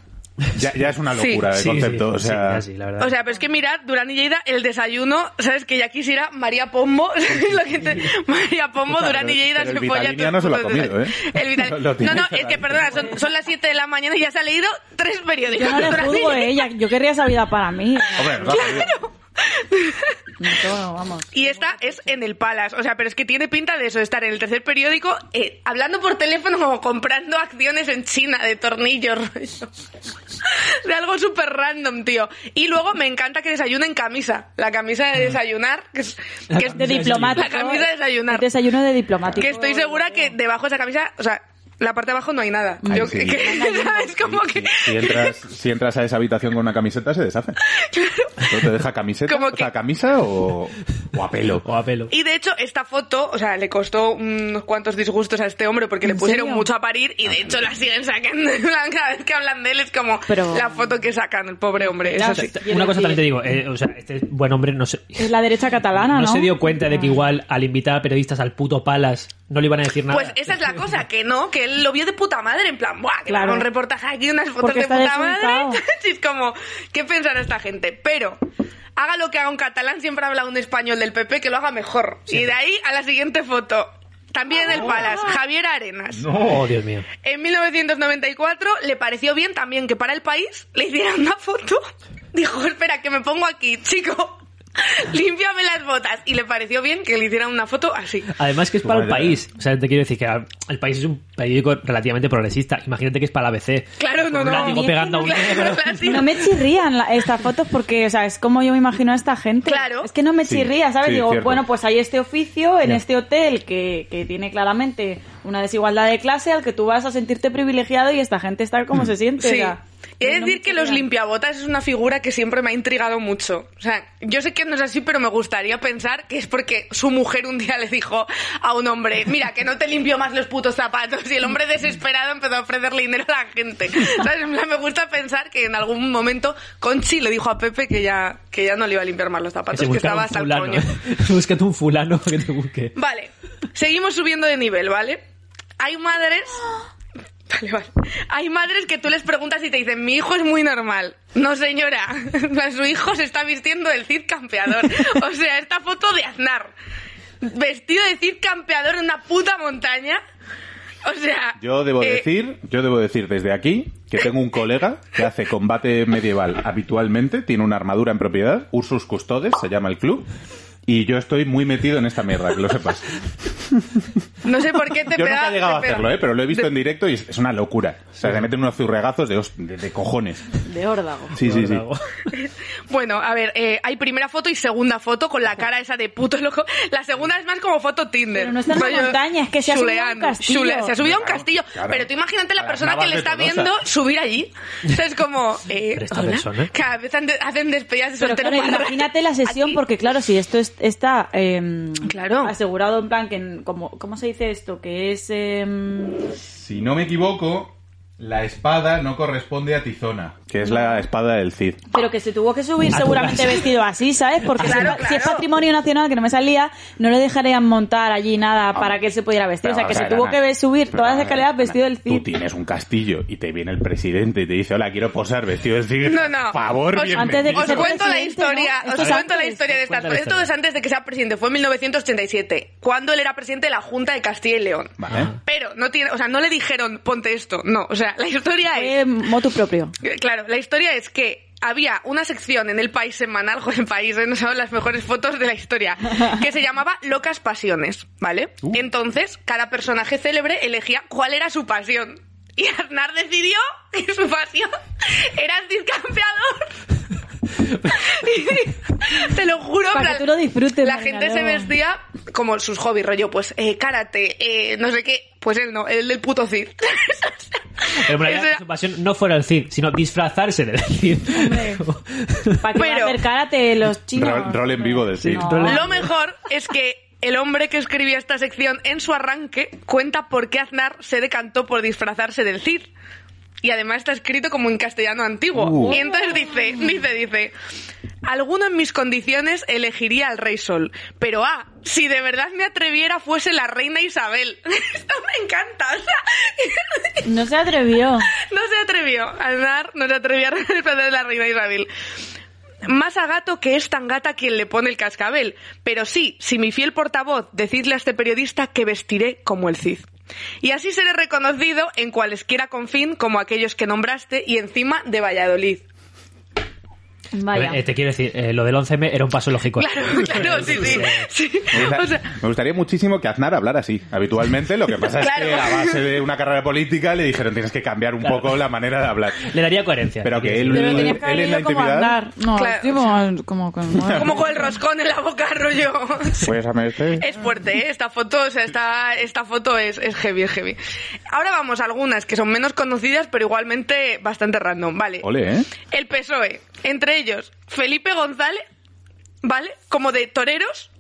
Speaker 4: ya, ya es una
Speaker 2: Sí.
Speaker 4: locura de concepto.
Speaker 1: sí,
Speaker 4: o sea,
Speaker 1: sí, la verdad.
Speaker 2: O sea, pero es que mirad, Durán y Lleida, el desayuno, ¿sabes? Que ya quisiera María Pombo, ¿sabes lo que te- María Pombo,
Speaker 4: Claro,
Speaker 2: Durán y
Speaker 4: pero-
Speaker 2: Lleida
Speaker 4: pero
Speaker 2: se
Speaker 4: el
Speaker 2: folla
Speaker 4: Vitalinia
Speaker 2: tus
Speaker 4: no se lo ha
Speaker 2: putos
Speaker 4: comido,
Speaker 2: desayunos.
Speaker 4: ¿eh?
Speaker 2: El Vitalinia-
Speaker 4: Lo tiene
Speaker 2: No, no,
Speaker 4: para
Speaker 2: es que,
Speaker 4: ahí.
Speaker 2: perdona, son, son las 7 de la mañana y ya se ha leído tres periódicos.
Speaker 3: yo no le
Speaker 2: Durán y
Speaker 3: juzgo,
Speaker 2: Lleida.
Speaker 3: ¿eh? Ya- Yo querría esa vida para mí.
Speaker 4: hombre, nos ha jodido.
Speaker 3: No, todo, vamos.
Speaker 2: Y esta es en el Palace, o sea, pero es que tiene pinta de eso, de estar en el tercer periódico eh, hablando por teléfono como comprando acciones en China de tornillos, rollo. de algo súper random, tío. Y luego me encanta que desayune en camisa, la camisa de desayunar, que es, que es
Speaker 3: Mm. De diplomático.
Speaker 2: La camisa de desayunar.
Speaker 3: El desayuno de diplomático.
Speaker 2: Que estoy segura que debajo de esa camisa, o sea, la parte de abajo no hay nada. Yo,
Speaker 4: sí.
Speaker 2: que- ¿sabes? Como que,
Speaker 4: Si, si entras, si entras a esa habitación con una camiseta, se deshace. Entonces te deja camiseta,
Speaker 2: Como
Speaker 4: o sea,
Speaker 2: que-
Speaker 4: camisa o, o a pelo.
Speaker 1: O a pelo.
Speaker 2: Y de hecho, esta foto, o sea, le costó unos cuantos disgustos a este hombre porque le
Speaker 3: ¿En
Speaker 2: pusieron
Speaker 3: serio?
Speaker 2: mucho a parir y de hecho la siguen sacando. En plan, Cada vez que hablan de él es como
Speaker 3: Pero-
Speaker 2: la foto que sacan, el pobre hombre. Eso
Speaker 3: Claro,
Speaker 2: sí.
Speaker 3: quiero
Speaker 1: Una cosa también
Speaker 3: decir-
Speaker 1: te digo, eh, o sea, este buen hombre no se,
Speaker 3: Es la derecha
Speaker 2: Ah,
Speaker 3: catalana, ¿no?
Speaker 1: no se dio cuenta de que igual al invitar a periodistas al puto Palas no le iban a decir nada.
Speaker 2: Pues esa es la cosa, que no, que él lo vio de puta madre, en plan, ¡buah! Que
Speaker 3: Claro.
Speaker 2: un reportaje aquí, unas fotos
Speaker 3: Porque
Speaker 2: de
Speaker 3: está
Speaker 2: puta
Speaker 3: desubicado.
Speaker 2: madre. es como, ¿qué pensará esta gente? Pero, haga lo que haga un catalán, siempre habla un español del PP que lo haga mejor. Y de ahí a la siguiente foto. También
Speaker 3: Ah.
Speaker 2: el Palas, Javier Arenas.
Speaker 1: Oh, Dios mío.
Speaker 2: En 1994 le pareció bien también que para el país le hicieran una foto. Dijo, espera, que me pongo aquí, chico. Límpiame las botas. Y le pareció bien que le hicieran una foto así.
Speaker 1: Además que es para el
Speaker 4: Madre.
Speaker 1: país. O sea, te quiero decir que ah, el país es un periódico relativamente progresista. Imagínate que es para la ABC.
Speaker 2: Claro, no,
Speaker 1: Con un
Speaker 2: no.
Speaker 1: látigo pegando a un negro.
Speaker 2: Claro, así.
Speaker 3: No me chirrían la- estas fotos porque, o sea, es como yo me imagino a esta gente.
Speaker 2: Claro.
Speaker 3: Es que no me
Speaker 4: Sí,
Speaker 3: chirría, ¿sabes?
Speaker 4: sí,
Speaker 3: Digo,
Speaker 4: cierto.
Speaker 3: bueno, pues hay este oficio en
Speaker 1: Ya.
Speaker 3: este hotel que, que tiene claramente una desigualdad de clase al que tú vas a sentirte privilegiado y esta gente está
Speaker 4: Mm.
Speaker 3: como se siente. o
Speaker 2: Sí.
Speaker 3: sea,
Speaker 2: He de
Speaker 3: no
Speaker 2: decir
Speaker 3: me
Speaker 2: que los
Speaker 3: chirrían.
Speaker 2: limpiabotas es una figura que siempre me ha intrigado mucho. O sea, yo sé que no es así, pero me gustaría pensar que es porque su mujer un día le dijo a un hombre, mira, que no te limpio más los putos zapatos. Y el hombre desesperado empezó a ofrecerle dinero a la gente. ¿Sabes? En plan, Me gusta pensar que en algún momento Conchi le dijo a Pepe que ya, que ya no le iba a limpiar más los zapatos, que
Speaker 1: busca
Speaker 2: estaba hasta el
Speaker 1: fulano.
Speaker 2: coño.
Speaker 1: Búscate un fulano que te busque.
Speaker 2: Vale, seguimos subiendo de nivel, ¿vale? Hay madres. Vale, vale. Hay madres que tú les preguntas y te dicen, mi hijo es muy normal. No, señora. Su hijo se está vistiendo del Cid campeador. O sea, esta foto de Aznar. Vestido de Cid campeador en una puta montaña. O sea.
Speaker 4: Yo debo
Speaker 2: eh,
Speaker 4: decir, yo debo decir desde aquí que tengo un colega que hace combate medieval habitualmente, tiene una armadura en propiedad, Ursus Custodes, se llama el club, y yo estoy muy metido en esta mierda, que lo sepas.
Speaker 2: No sé por qué te
Speaker 4: Yo
Speaker 2: pega-
Speaker 4: nunca he llegado
Speaker 2: te
Speaker 4: a
Speaker 2: pega.
Speaker 4: hacerlo, ¿eh? pero lo he visto en directo y es es una locura. O sea, se meten unos zurregazos de, os- de, de cojones.
Speaker 3: De órdago.
Speaker 4: Sí, sí, sí.
Speaker 2: Bueno, a ver, eh, hay primera foto y segunda foto con la cara esa de puto loco. La segunda es más como foto Tinder.
Speaker 3: Pero no está en una
Speaker 2: Rollo
Speaker 3: montaña, es que se ha subido a un
Speaker 2: chuleando,
Speaker 3: castillo.
Speaker 2: chulea- se ha subido a un
Speaker 4: Claro,
Speaker 2: castillo.
Speaker 4: claro.
Speaker 2: Pero tú imagínate
Speaker 4: A
Speaker 2: la
Speaker 4: las
Speaker 2: persona que
Speaker 4: navas
Speaker 2: le
Speaker 4: de
Speaker 2: está
Speaker 4: Tolosa.
Speaker 2: viendo subir allí. O sea, es como... Eh,
Speaker 1: Pero esta
Speaker 2: hola.
Speaker 1: persona.
Speaker 2: Cada vez han de- hacen despedidas de
Speaker 3: Pero
Speaker 2: soltero
Speaker 3: claro,
Speaker 2: más raras.
Speaker 3: imagínate la sesión,
Speaker 2: Aquí.
Speaker 3: porque claro, si esto es- está eh,
Speaker 2: Claro.
Speaker 3: asegurado en plan que, en- como, ¿cómo se dice esto? Que es... eh,
Speaker 4: Si no me equivoco, la espada no corresponde a Tizona. Que es la espada del Cid.
Speaker 3: pero que se tuvo que subir
Speaker 1: A tu
Speaker 3: seguramente
Speaker 1: casa.
Speaker 3: vestido así, ¿sabes? Porque si,
Speaker 2: Claro,
Speaker 3: es- si es
Speaker 2: claro.
Speaker 3: patrimonio nacional, que no me salía, no le dejarían montar allí nada para que él se pudiera vestir.
Speaker 4: Pero
Speaker 3: o sea, que
Speaker 4: vamos a
Speaker 3: se
Speaker 4: ver,
Speaker 3: tuvo
Speaker 4: Ana,
Speaker 3: que ver- subir
Speaker 4: pero
Speaker 3: todas las
Speaker 4: vamos a ver,
Speaker 3: escaleras
Speaker 4: Ana,
Speaker 3: vestido del
Speaker 4: Tú
Speaker 3: Cid.
Speaker 4: tienes un castillo y te viene el presidente y te dice, hola, quiero posar vestido del Cid.
Speaker 2: No, no.
Speaker 4: Por favor,
Speaker 2: Os-
Speaker 4: bienvenido.
Speaker 3: antes de que
Speaker 2: Os
Speaker 3: se
Speaker 2: cuento la
Speaker 3: presidente,
Speaker 2: historia,
Speaker 3: ¿no? Esto
Speaker 2: os
Speaker 3: es
Speaker 2: cuento la
Speaker 3: antes.
Speaker 2: historia de estas
Speaker 1: Cuenta la
Speaker 2: cosas. Esto
Speaker 1: historia.
Speaker 2: es antes de que sea presidente, fue en 1937, cuando él era presidente de la Junta de Castilla y León.
Speaker 4: Vale. ¿eh?
Speaker 2: Pero no tiene, o sea, no le dijeron ponte esto, no, o sea, la historia es
Speaker 3: Fue motu propio.
Speaker 2: Eh, Claro, la historia es que había una sección en el país semanal, joder, el país, eh, no saben las mejores fotos de la historia, que se llamaba Locas Pasiones, ¿vale? Entonces, cada personaje célebre elegía cuál era su pasión. Y Aznar decidió que su pasión era el discampeador. Y Te lo juro,
Speaker 3: Para
Speaker 2: en
Speaker 3: que
Speaker 2: plan,
Speaker 3: tú lo disfrutes,
Speaker 2: La
Speaker 3: Marina,
Speaker 2: gente se
Speaker 3: luego.
Speaker 2: vestía como sus hobbies, rollo, pues eh, karate, eh, no sé qué. Pues él no, el del puto Cid.
Speaker 1: Pero en realidad
Speaker 2: Eso era-
Speaker 1: su pasión no fuera el Cid, sino disfrazarse del Cid.
Speaker 3: Para que
Speaker 2: Pero-
Speaker 3: acercárate los chinos.
Speaker 4: Rol, rol en vivo del Cid.
Speaker 3: No.
Speaker 1: rol en-
Speaker 2: Lo mejor es que el hombre que escribía esta sección en su arranque cuenta por qué Aznar se decantó por disfrazarse del Cid. Y además está escrito como en castellano antiguo.
Speaker 4: Uh.
Speaker 2: Y entonces dice, dice, dice, alguno en mis condiciones elegiría al Rey Sol, pero ah, si de verdad me atreviera fuese la Reina Isabel. Esto me encanta, o sea,
Speaker 3: No se atrevió.
Speaker 2: no se atrevió a dar, no se atrevió a responder de la reina Isabel. Más a gato que es tan gata quien le pone el cascabel. Pero sí, si mi fiel portavoz, decidle a este periodista que vestiré como el Cid. Y así seré reconocido en cualesquiera confín como aquellos que nombraste y encima de Valladolid.
Speaker 3: Vaya.
Speaker 1: Eh, te quiero decir, eh, lo del 11M era un paso lógico. Eh,
Speaker 2: Claro, claro, sí, sí. sí.
Speaker 4: Me gusta-
Speaker 2: O sea,
Speaker 4: me gustaría muchísimo que Aznar hablara así. Habitualmente lo que pasa
Speaker 2: Claro.
Speaker 4: es que a base de una carrera política le dijeron tienes que cambiar un poco la manera de hablar.
Speaker 1: Le daría coherencia.
Speaker 4: Pero que él,
Speaker 3: Pero tenías
Speaker 4: él,
Speaker 3: que haber
Speaker 4: en la
Speaker 3: ido como a
Speaker 4: intimidad...
Speaker 3: andar. No,
Speaker 2: Claro,
Speaker 3: sí,
Speaker 2: o
Speaker 3: como, como con-
Speaker 2: como con el roscón en la boca, rollo.
Speaker 4: Pues a merced.
Speaker 2: Es fuerte, ¿eh? Esta foto, o sea, esta, esta foto es, es heavy, es heavy. Ahora vamos a algunas que son menos conocidas, pero igualmente bastante random, ¿vale?
Speaker 4: Ole, ¿eh?
Speaker 2: El PSOE, E. entre ellos Felipe González, ¿vale? Como de toreros,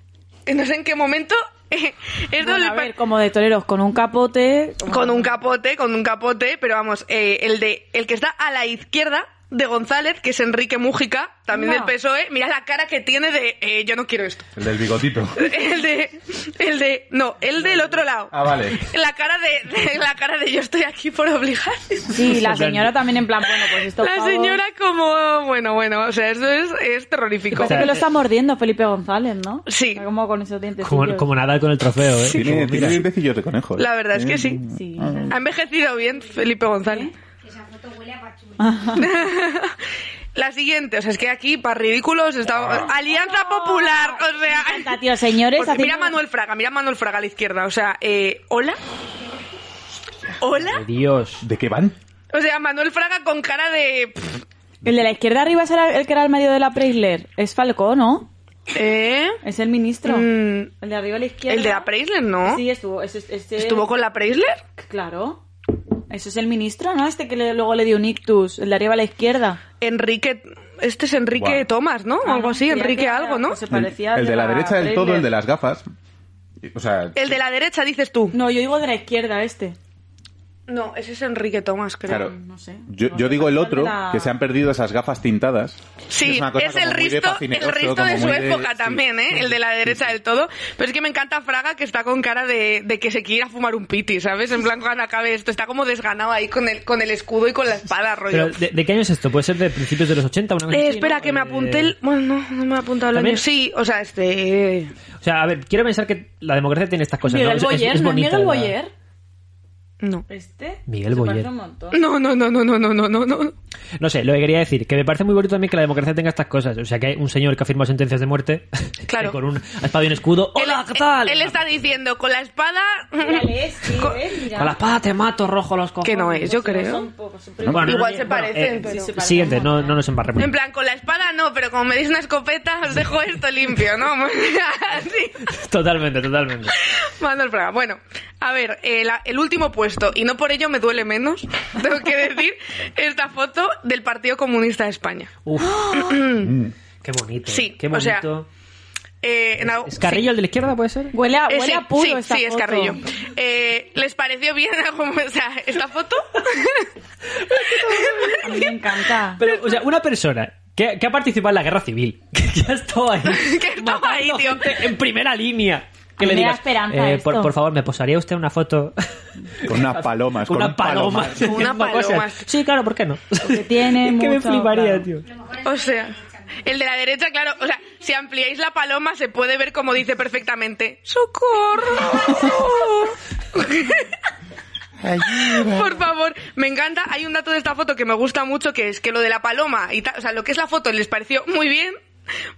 Speaker 2: que no sé en qué momento. eh, es
Speaker 3: Bueno,
Speaker 2: doble
Speaker 3: a
Speaker 2: pa-
Speaker 3: ver, como de toreros, con un capote.
Speaker 2: con un capote, con un capote, pero vamos, eh, el de el que está a la izquierda de González, que es Enrique Mújica, también
Speaker 3: No.
Speaker 2: del PSOE, E. mira la cara que tiene de eh, yo no quiero esto.
Speaker 4: El del bigotito.
Speaker 2: El de el de no, el del otro lado.
Speaker 4: Ah, vale.
Speaker 2: La cara de, de- la cara de yo estoy aquí por obligar.
Speaker 3: Sí, la
Speaker 1: En plan-
Speaker 3: señora también en plan, bueno, pues esto.
Speaker 2: La
Speaker 3: pavo-
Speaker 2: señora como bueno, bueno, o sea, esto es, es
Speaker 3: Y
Speaker 2: terrorífico.
Speaker 3: parece que lo está mordiendo Felipe González, ¿no?
Speaker 2: Sí.
Speaker 3: Está como con esos dientes.
Speaker 1: Como, como Nadal con el trofeo, ¿eh?
Speaker 4: Tiene,
Speaker 1: Como,
Speaker 4: tiene
Speaker 1: mira,
Speaker 4: dientecillos de conejo. ¿eh?
Speaker 2: La verdad es que sí.
Speaker 3: Sí. ¿Eh?
Speaker 2: Ha envejecido bien Felipe González.
Speaker 5: Esa foto huele a pachuli.
Speaker 2: La siguiente, o sea, es que aquí para ridículos está Alianza Popular, o sea,
Speaker 3: Encanta, tío, señores,
Speaker 2: Porque
Speaker 3: haciendo-
Speaker 2: mira a Manuel Fraga, mira a Manuel Fraga a la izquierda, o sea, eh, hola. ¿Hola?
Speaker 1: Dios.
Speaker 4: ¿De qué van?
Speaker 2: O sea, Manuel Fraga con cara de... pff,
Speaker 3: El de la izquierda arriba será el que era el marido de la Preisler. Es Falcó, ¿no?
Speaker 2: ¿Eh?
Speaker 3: Es el ministro.
Speaker 2: Mm.
Speaker 3: El de arriba a la izquierda.
Speaker 2: El de la Preisler, ¿no?
Speaker 3: Sí, estuvo. ese- ese-
Speaker 2: ¿Estuvo con la Preisler?
Speaker 3: Claro. Eso es el ministro, ¿no? Este que le- luego le dio un ictus. El de arriba a la izquierda.
Speaker 2: Enrique... Este es Enrique
Speaker 4: Guau.
Speaker 2: Tomás, ¿no?
Speaker 3: Ah,
Speaker 2: algo
Speaker 3: no,
Speaker 2: así,
Speaker 3: ya
Speaker 2: Enrique
Speaker 3: era-
Speaker 2: algo, ¿no?
Speaker 3: pues se
Speaker 4: El,
Speaker 3: parecía al
Speaker 4: el de la derecha del todo,
Speaker 3: Preisler.
Speaker 4: el de las gafas. O sea,
Speaker 2: El de la derecha, dices tú.
Speaker 3: No, yo digo de la izquierda, este.
Speaker 2: No, ese es Enrique Tomás, creo.
Speaker 4: claro.
Speaker 3: No sé.
Speaker 4: Yo,
Speaker 3: No
Speaker 4: yo
Speaker 3: sé,
Speaker 4: digo el
Speaker 3: parece
Speaker 4: otro,
Speaker 3: la-
Speaker 4: que se han perdido esas gafas tintadas.
Speaker 2: Sí,
Speaker 4: una cosa
Speaker 2: es, el
Speaker 4: como muy de
Speaker 2: risto,
Speaker 4: facineroso,
Speaker 2: el risto de
Speaker 4: como
Speaker 2: su
Speaker 4: muy
Speaker 2: época
Speaker 4: sí.
Speaker 2: también, ¿eh? El de la derecha del todo. Pero es que me encanta Fraga que está con cara de, de que se quiera fumar un piti, ¿sabes? En plan, cuando acabe esto, está como desganado ahí con el, con el escudo y con la espada, rollo.
Speaker 1: Pero, ¿de, de qué año es esto? ¿Puede ser de principios de los 80? Una cosa
Speaker 2: Eh,
Speaker 1: así,
Speaker 2: espera,
Speaker 1: ¿no?
Speaker 2: que me
Speaker 1: Eh,
Speaker 2: apunté el... Bueno, no, no me ha apuntado el
Speaker 1: ¿También?
Speaker 2: año. Sí, o sea, este...
Speaker 1: O sea, a ver, quiero pensar que la democracia tiene estas cosas.
Speaker 3: Miguel
Speaker 1: ¿no? Es- es-
Speaker 3: Boyer,
Speaker 1: es
Speaker 3: ¿no es
Speaker 1: bonita
Speaker 3: Miguel
Speaker 1: la-
Speaker 3: Boyer?
Speaker 2: No.
Speaker 3: Este.
Speaker 1: Miguel
Speaker 3: Se
Speaker 1: Boyer.
Speaker 3: parece un montón.
Speaker 2: No, no, no, no, no, no, no, no, no.
Speaker 1: No sé, lo que quería decir, que me parece muy bonito también que la democracia tenga estas cosas. O sea, que hay un señor que ha firmado sentencias de muerte
Speaker 2: Claro.
Speaker 1: con un espada y un escudo. ¡Hola,
Speaker 2: Él-
Speaker 1: qué tal!
Speaker 2: Él está diciendo, con la espada...
Speaker 3: Mírale, es, sí, ¿eh? Mira.
Speaker 1: Con la espada te mato, rojo los cojones.
Speaker 2: que no es, yo creo.
Speaker 3: Son pocos, son
Speaker 1: Bueno, no,
Speaker 2: Igual
Speaker 1: no,
Speaker 2: se
Speaker 1: bueno,
Speaker 2: parecen,
Speaker 1: eh,
Speaker 2: pero...
Speaker 3: sí, sí.
Speaker 1: Siguiente, no, no nos embarremos.
Speaker 2: En plan, con la espada no, pero como me deis una escopeta, os dejo esto limpio, ¿no? Así.
Speaker 1: Totalmente, totalmente.
Speaker 2: Manuel Fraga. Bueno, a ver, eh, la- el último puesto, y no por ello me duele menos, tengo que decir, esta foto del Partido Comunista de España.
Speaker 1: Uf. qué bonito.
Speaker 2: Sí,
Speaker 1: qué
Speaker 2: o
Speaker 1: bonito.
Speaker 2: sea, Eh, en algo-
Speaker 1: ¿Es Carrillo el de la izquierda, puede ser?
Speaker 3: Huele a,
Speaker 2: Eh,
Speaker 3: huele
Speaker 2: sí,
Speaker 3: a puro
Speaker 2: sí,
Speaker 3: esta
Speaker 2: sí, es
Speaker 3: foto.
Speaker 2: Carrillo. Eh, ¿Les pareció bien algo- o sea, esta foto?
Speaker 3: A mí me encanta.
Speaker 1: Pero, o sea, una persona que, que ha participado en la guerra civil, que, que ha estado ahí,
Speaker 2: Que ha estado
Speaker 1: matando
Speaker 2: ahí, tío.
Speaker 1: gente en primera línea. Que
Speaker 3: A
Speaker 1: le
Speaker 3: mí me da
Speaker 1: digas,
Speaker 3: esperanza
Speaker 1: eh, por,
Speaker 3: esto.
Speaker 1: por favor, ¿me posaría usted una foto?
Speaker 4: Con unas palomas.
Speaker 1: Con
Speaker 4: con
Speaker 1: una
Speaker 4: un
Speaker 1: paloma.
Speaker 4: palomar.
Speaker 1: haciendo
Speaker 2: Una paloma.
Speaker 1: cosas. Sí, claro, ¿por qué no?
Speaker 3: Porque tiene
Speaker 1: es que me
Speaker 3: mucho,
Speaker 1: fliparía,
Speaker 3: claro.
Speaker 1: tío.
Speaker 2: O sea, el de la derecha, claro, o sea, si ampliáis la paloma se puede ver como dice perfectamente, ¡socorro! Por favor, me encanta. Hay un dato de esta foto que me gusta mucho, que es que lo de la paloma y tal, o sea, lo que es la foto les pareció muy bien,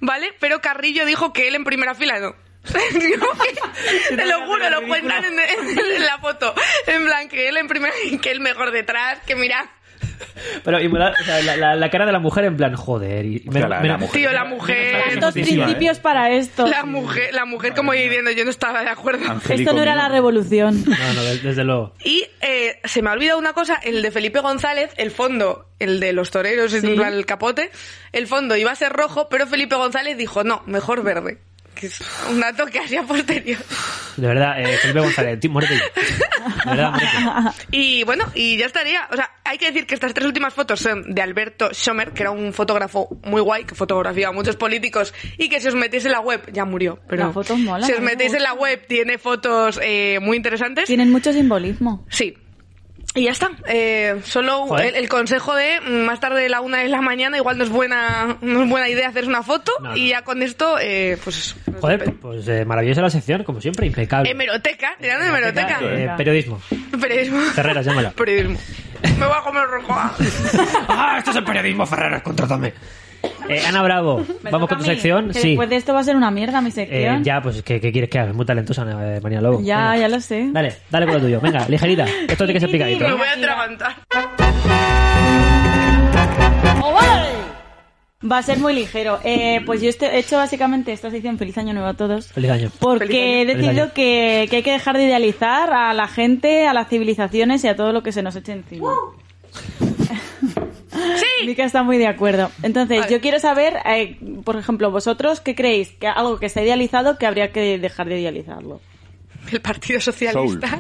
Speaker 2: ¿vale? Pero Carrillo dijo que él en primera fila no. Como que- te lo juro, lo cuentan en, en la foto. En plan, que él en primera, que el mejor detrás, que mira,
Speaker 1: Pero y me da- o sea, la, la- la cara de la mujer en plan, joder. Y,
Speaker 4: sea, la- la mujer.
Speaker 2: tío, la mujer.
Speaker 3: Tantos
Speaker 1: ¿eh?
Speaker 4: Hermosísima,
Speaker 3: principios para esto.
Speaker 2: La mujer, la mujer como viviendo, yo no estaba de acuerdo.
Speaker 4: Angélico
Speaker 3: Esto no era
Speaker 4: mío.
Speaker 3: la revolución.
Speaker 1: No, no, de- desde luego.
Speaker 2: Y eh, se me ha olvidado una cosa, el de Felipe González, el fondo, el de los toreros, en plan, el capote, el fondo iba a ser rojo, pero Felipe González dijo, no, mejor verde. Que es un dato que hacía posterior.
Speaker 1: De verdad, eh, Felipe González, tío, muérete. ya. De verdad, muérete.
Speaker 2: Y bueno, y ya estaría. O sea, hay que decir que estas tres últimas fotos son de Alberto Schomer, que era un fotógrafo muy guay, que fotografiaba a muchos políticos, y que si os metéis en la web, ya murió, pero
Speaker 3: Las fotos molan,
Speaker 2: si
Speaker 3: a
Speaker 2: os
Speaker 3: mí me
Speaker 2: metéis en la web tiene fotos eh, muy interesantes.
Speaker 3: Tienen mucho simbolismo.
Speaker 2: Sí. Y ya está. Eh, solo
Speaker 1: Joder.
Speaker 2: el, el consejo de mm, más tarde de la una de la mañana, igual no es buena, no es buena idea hacer una foto
Speaker 1: No, no.
Speaker 2: y ya con esto, eh, pues... nos
Speaker 1: Joder,
Speaker 2: despedimos.
Speaker 1: pues eh, maravillosa la sección, como siempre, impecable.
Speaker 2: Hemeroteca, tirando de hemeroteca.
Speaker 1: Eh, periodismo.
Speaker 2: Periodismo.
Speaker 1: Ferreras, llámala.
Speaker 2: Periodismo. Me voy a comer rojo.
Speaker 1: ¡Ah, esto es el periodismo, Ferreras, contrátame! Eh, Ana Bravo,
Speaker 3: Me
Speaker 1: vamos
Speaker 3: toca
Speaker 1: con tu
Speaker 3: a mí,
Speaker 1: sección.
Speaker 3: que
Speaker 1: Sí.
Speaker 3: Después de esto va a ser una mierda mi
Speaker 1: Eh,
Speaker 3: sección.
Speaker 1: ya, pues, ¿qué, qué quieres que haga? Es muy talentosa Ana eh, María Lobo.
Speaker 3: Ya,
Speaker 1: Venga.
Speaker 3: ya lo sé.
Speaker 1: Dale, dale con lo tuyo. Venga, ligerita. Esto tiene que ser picadito.
Speaker 2: Me
Speaker 1: ¿eh?
Speaker 2: voy a atragantar.
Speaker 3: Va a ser muy ligero. Eh, pues yo este- he hecho básicamente esta sección Feliz Año Nuevo a todos.
Speaker 1: Feliz año.
Speaker 2: Feliz año.
Speaker 3: Porque he
Speaker 1: Feliz
Speaker 3: decidido
Speaker 1: año.
Speaker 3: que, que hay que dejar de idealizar a la gente, a las civilizaciones y a todo lo que se nos eche encima.
Speaker 2: Sí.
Speaker 3: Mika está muy de acuerdo. Entonces,
Speaker 2: Vale.
Speaker 3: yo quiero saber, eh, por ejemplo, vosotros, ¿qué creéis? que algo que está idealizado que habría que dejar de idealizarlo?
Speaker 2: El Partido Socialista.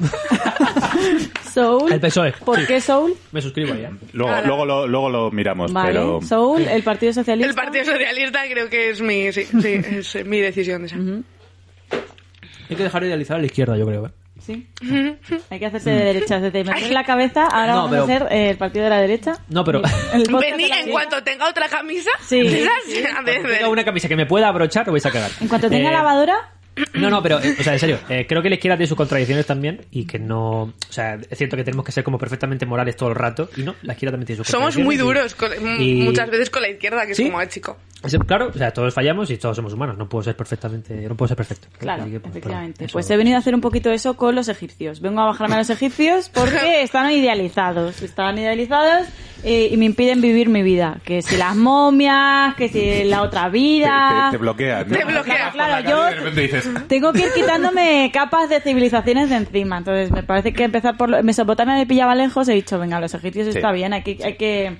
Speaker 3: Soul.
Speaker 1: El PSOE.
Speaker 3: ¿Por
Speaker 1: Sí.
Speaker 3: qué Soul?
Speaker 1: Me suscribo ¿eh? ya.
Speaker 4: Luego,
Speaker 2: Nada.
Speaker 4: luego, lo, luego lo miramos,
Speaker 3: Vale.
Speaker 4: pero...
Speaker 3: Soul, el Partido Socialista.
Speaker 2: El Partido Socialista creo que es mi, sí, sí, es eh, mi decisión esa.
Speaker 1: Hay que dejar de idealizar a la izquierda, yo creo. ¿eh?
Speaker 3: Sí. Hay que hacerse de derecha. Desde meter en la cabeza, ahora
Speaker 1: No,
Speaker 3: vamos
Speaker 1: pero-
Speaker 3: a hacer eh, el Partido de la derecha.
Speaker 1: No, pero-
Speaker 3: El podcast
Speaker 2: Vení,
Speaker 3: de la
Speaker 2: en
Speaker 3: derecha.
Speaker 2: cuanto tenga otra camisa,
Speaker 3: Sí.
Speaker 2: esas, a ver,
Speaker 1: Tenga una camisa que me pueda abrochar, lo vais a cagar.
Speaker 3: En cuanto tenga
Speaker 1: Eh,
Speaker 3: lavadora,
Speaker 1: No, no, pero, eh, o sea, en serio, eh, creo que la izquierda tiene sus contradicciones también y que no. O sea, es cierto que tenemos que ser como perfectamente morales todo el rato y no, la izquierda también tiene sus
Speaker 2: somos
Speaker 1: contradicciones.
Speaker 2: muy
Speaker 1: y-
Speaker 2: duros con- m-
Speaker 1: y-
Speaker 2: muchas veces con la izquierda, que
Speaker 1: ¿Sí?
Speaker 2: es como, "Ah, chico.
Speaker 1: Es- Claro, o sea, todos fallamos y todos somos humanos, no puedo ser perfectamente. Yo no puedo ser perfecto.
Speaker 3: claro,
Speaker 1: Así que, pues,
Speaker 3: efectivamente.
Speaker 1: perdón, eso-
Speaker 3: Pues he venido a hacer un poquito eso con los egipcios. Vengo a bajarme a los egipcios porque están idealizados. Están idealizados eh, y me impiden vivir mi vida. Que si las momias, que si la otra
Speaker 4: Te,
Speaker 3: vida.
Speaker 4: te, te bloquean.
Speaker 2: Te bloquea.
Speaker 4: Por la
Speaker 3: Claro,
Speaker 4: calle y de
Speaker 3: yo-
Speaker 4: repente dices,
Speaker 3: Tengo que ir quitándome capas de civilizaciones de encima. Entonces, me parece que empezar por... lo- Mesopotamia me pillaba lejos. He dicho, venga, los egipcios
Speaker 4: Sí.
Speaker 3: está bien. Hay que, hay que,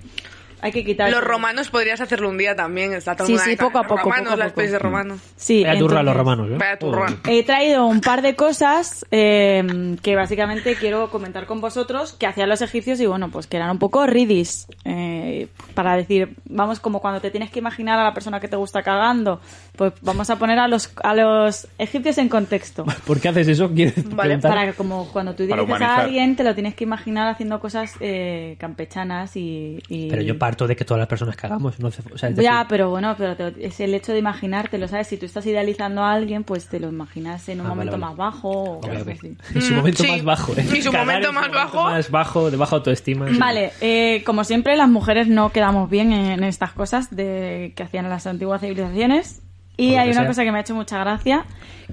Speaker 3: hay que quitar...
Speaker 2: Los romanos podrías hacerlo un día también, está todo
Speaker 3: Sí,
Speaker 2: el mundo
Speaker 3: sí,
Speaker 2: ahí,
Speaker 3: poco a
Speaker 2: los
Speaker 3: poco,
Speaker 2: Romanos,
Speaker 3: poco a
Speaker 2: las
Speaker 3: poco.
Speaker 2: pelis de romanos.
Speaker 1: Mm.
Speaker 3: Sí,
Speaker 1: Vaya turra a los
Speaker 3: entonces,
Speaker 1: romanos, ¿eh?
Speaker 2: Vaya turrón.
Speaker 3: He traído un par de cosas eh, que básicamente quiero comentar con vosotros que hacían los egipcios y bueno, pues que eran un poco ridis. eh, para decir, vamos, como cuando te tienes que imaginar a la persona que te gusta cagando, pues vamos a poner a los, a los egipcios en contexto.
Speaker 1: ¿Por qué haces eso? ¿Quieres preguntar?
Speaker 3: Para que como cuando tú
Speaker 4: Para
Speaker 3: dices a
Speaker 4: humanizar.
Speaker 3: alguien, te lo tienes que imaginar haciendo cosas eh, campechanas y, y-
Speaker 1: Pero yo parto de que todas las personas cagamos. No hace- o sea, es decir,
Speaker 3: Ya, pero bueno, pero te lo- es el hecho de imaginártelo, ¿sabes? Si tú estás idealizando a alguien, pues te lo imaginas en un
Speaker 1: Ah, vale,
Speaker 3: momento
Speaker 1: vale.
Speaker 3: más bajo o
Speaker 1: Ok,
Speaker 3: cosas
Speaker 1: ok.
Speaker 3: así.
Speaker 1: En su
Speaker 2: Mm,
Speaker 1: momento
Speaker 2: sí.
Speaker 1: más bajo. ¿eh?
Speaker 2: Y su
Speaker 1: Cagar
Speaker 2: momento
Speaker 1: en su
Speaker 2: más bajo.
Speaker 1: Más bajo, de baja autoestima. sí.
Speaker 3: Vale, eh, como siempre, las mujeres no quedamos bien en, en estas cosas de, que hacían las antiguas civilizaciones.
Speaker 1: Por
Speaker 3: Y
Speaker 1: lo
Speaker 3: hay
Speaker 1: que
Speaker 3: una
Speaker 1: sea.
Speaker 3: cosa que me ha hecho mucha gracia,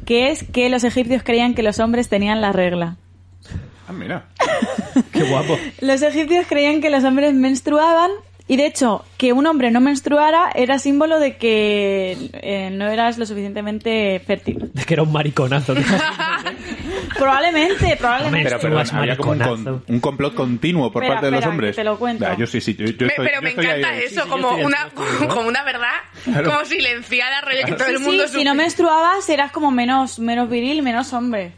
Speaker 3: que es que los egipcios creían que los hombres tenían la regla.
Speaker 4: ah, mira.
Speaker 1: Qué guapo.
Speaker 3: Los egipcios creían que los hombres menstruaban y de hecho que un hombre no menstruara era símbolo de que eh, no eras lo suficientemente fértil.
Speaker 1: Es que era un mariconazo. tío.
Speaker 3: Probablemente, probablemente.
Speaker 4: Pero,
Speaker 1: Tú
Speaker 4: perdón,
Speaker 1: vas
Speaker 4: había como un,
Speaker 1: mariconazo.
Speaker 4: con- un complot continuo por
Speaker 3: Espera,
Speaker 4: parte de los
Speaker 3: espera,
Speaker 4: hombres.
Speaker 3: que te lo cuento.
Speaker 4: Ah, yo sí, sí. Yo, yo
Speaker 2: Me-
Speaker 4: estoy-
Speaker 2: pero
Speaker 4: yo
Speaker 2: me
Speaker 4: estoy
Speaker 2: encanta
Speaker 4: ahí.
Speaker 1: Sí,
Speaker 2: eso,
Speaker 1: sí, yo
Speaker 2: como,
Speaker 1: estoy ahí,
Speaker 2: una,
Speaker 1: estoy ahí.
Speaker 2: como una verdad, como silenciada, rollo que todo el
Speaker 3: Sí,
Speaker 2: mundo
Speaker 3: si no
Speaker 2: supi-
Speaker 3: menstruabas eras como menos, menos viril, menos hombre.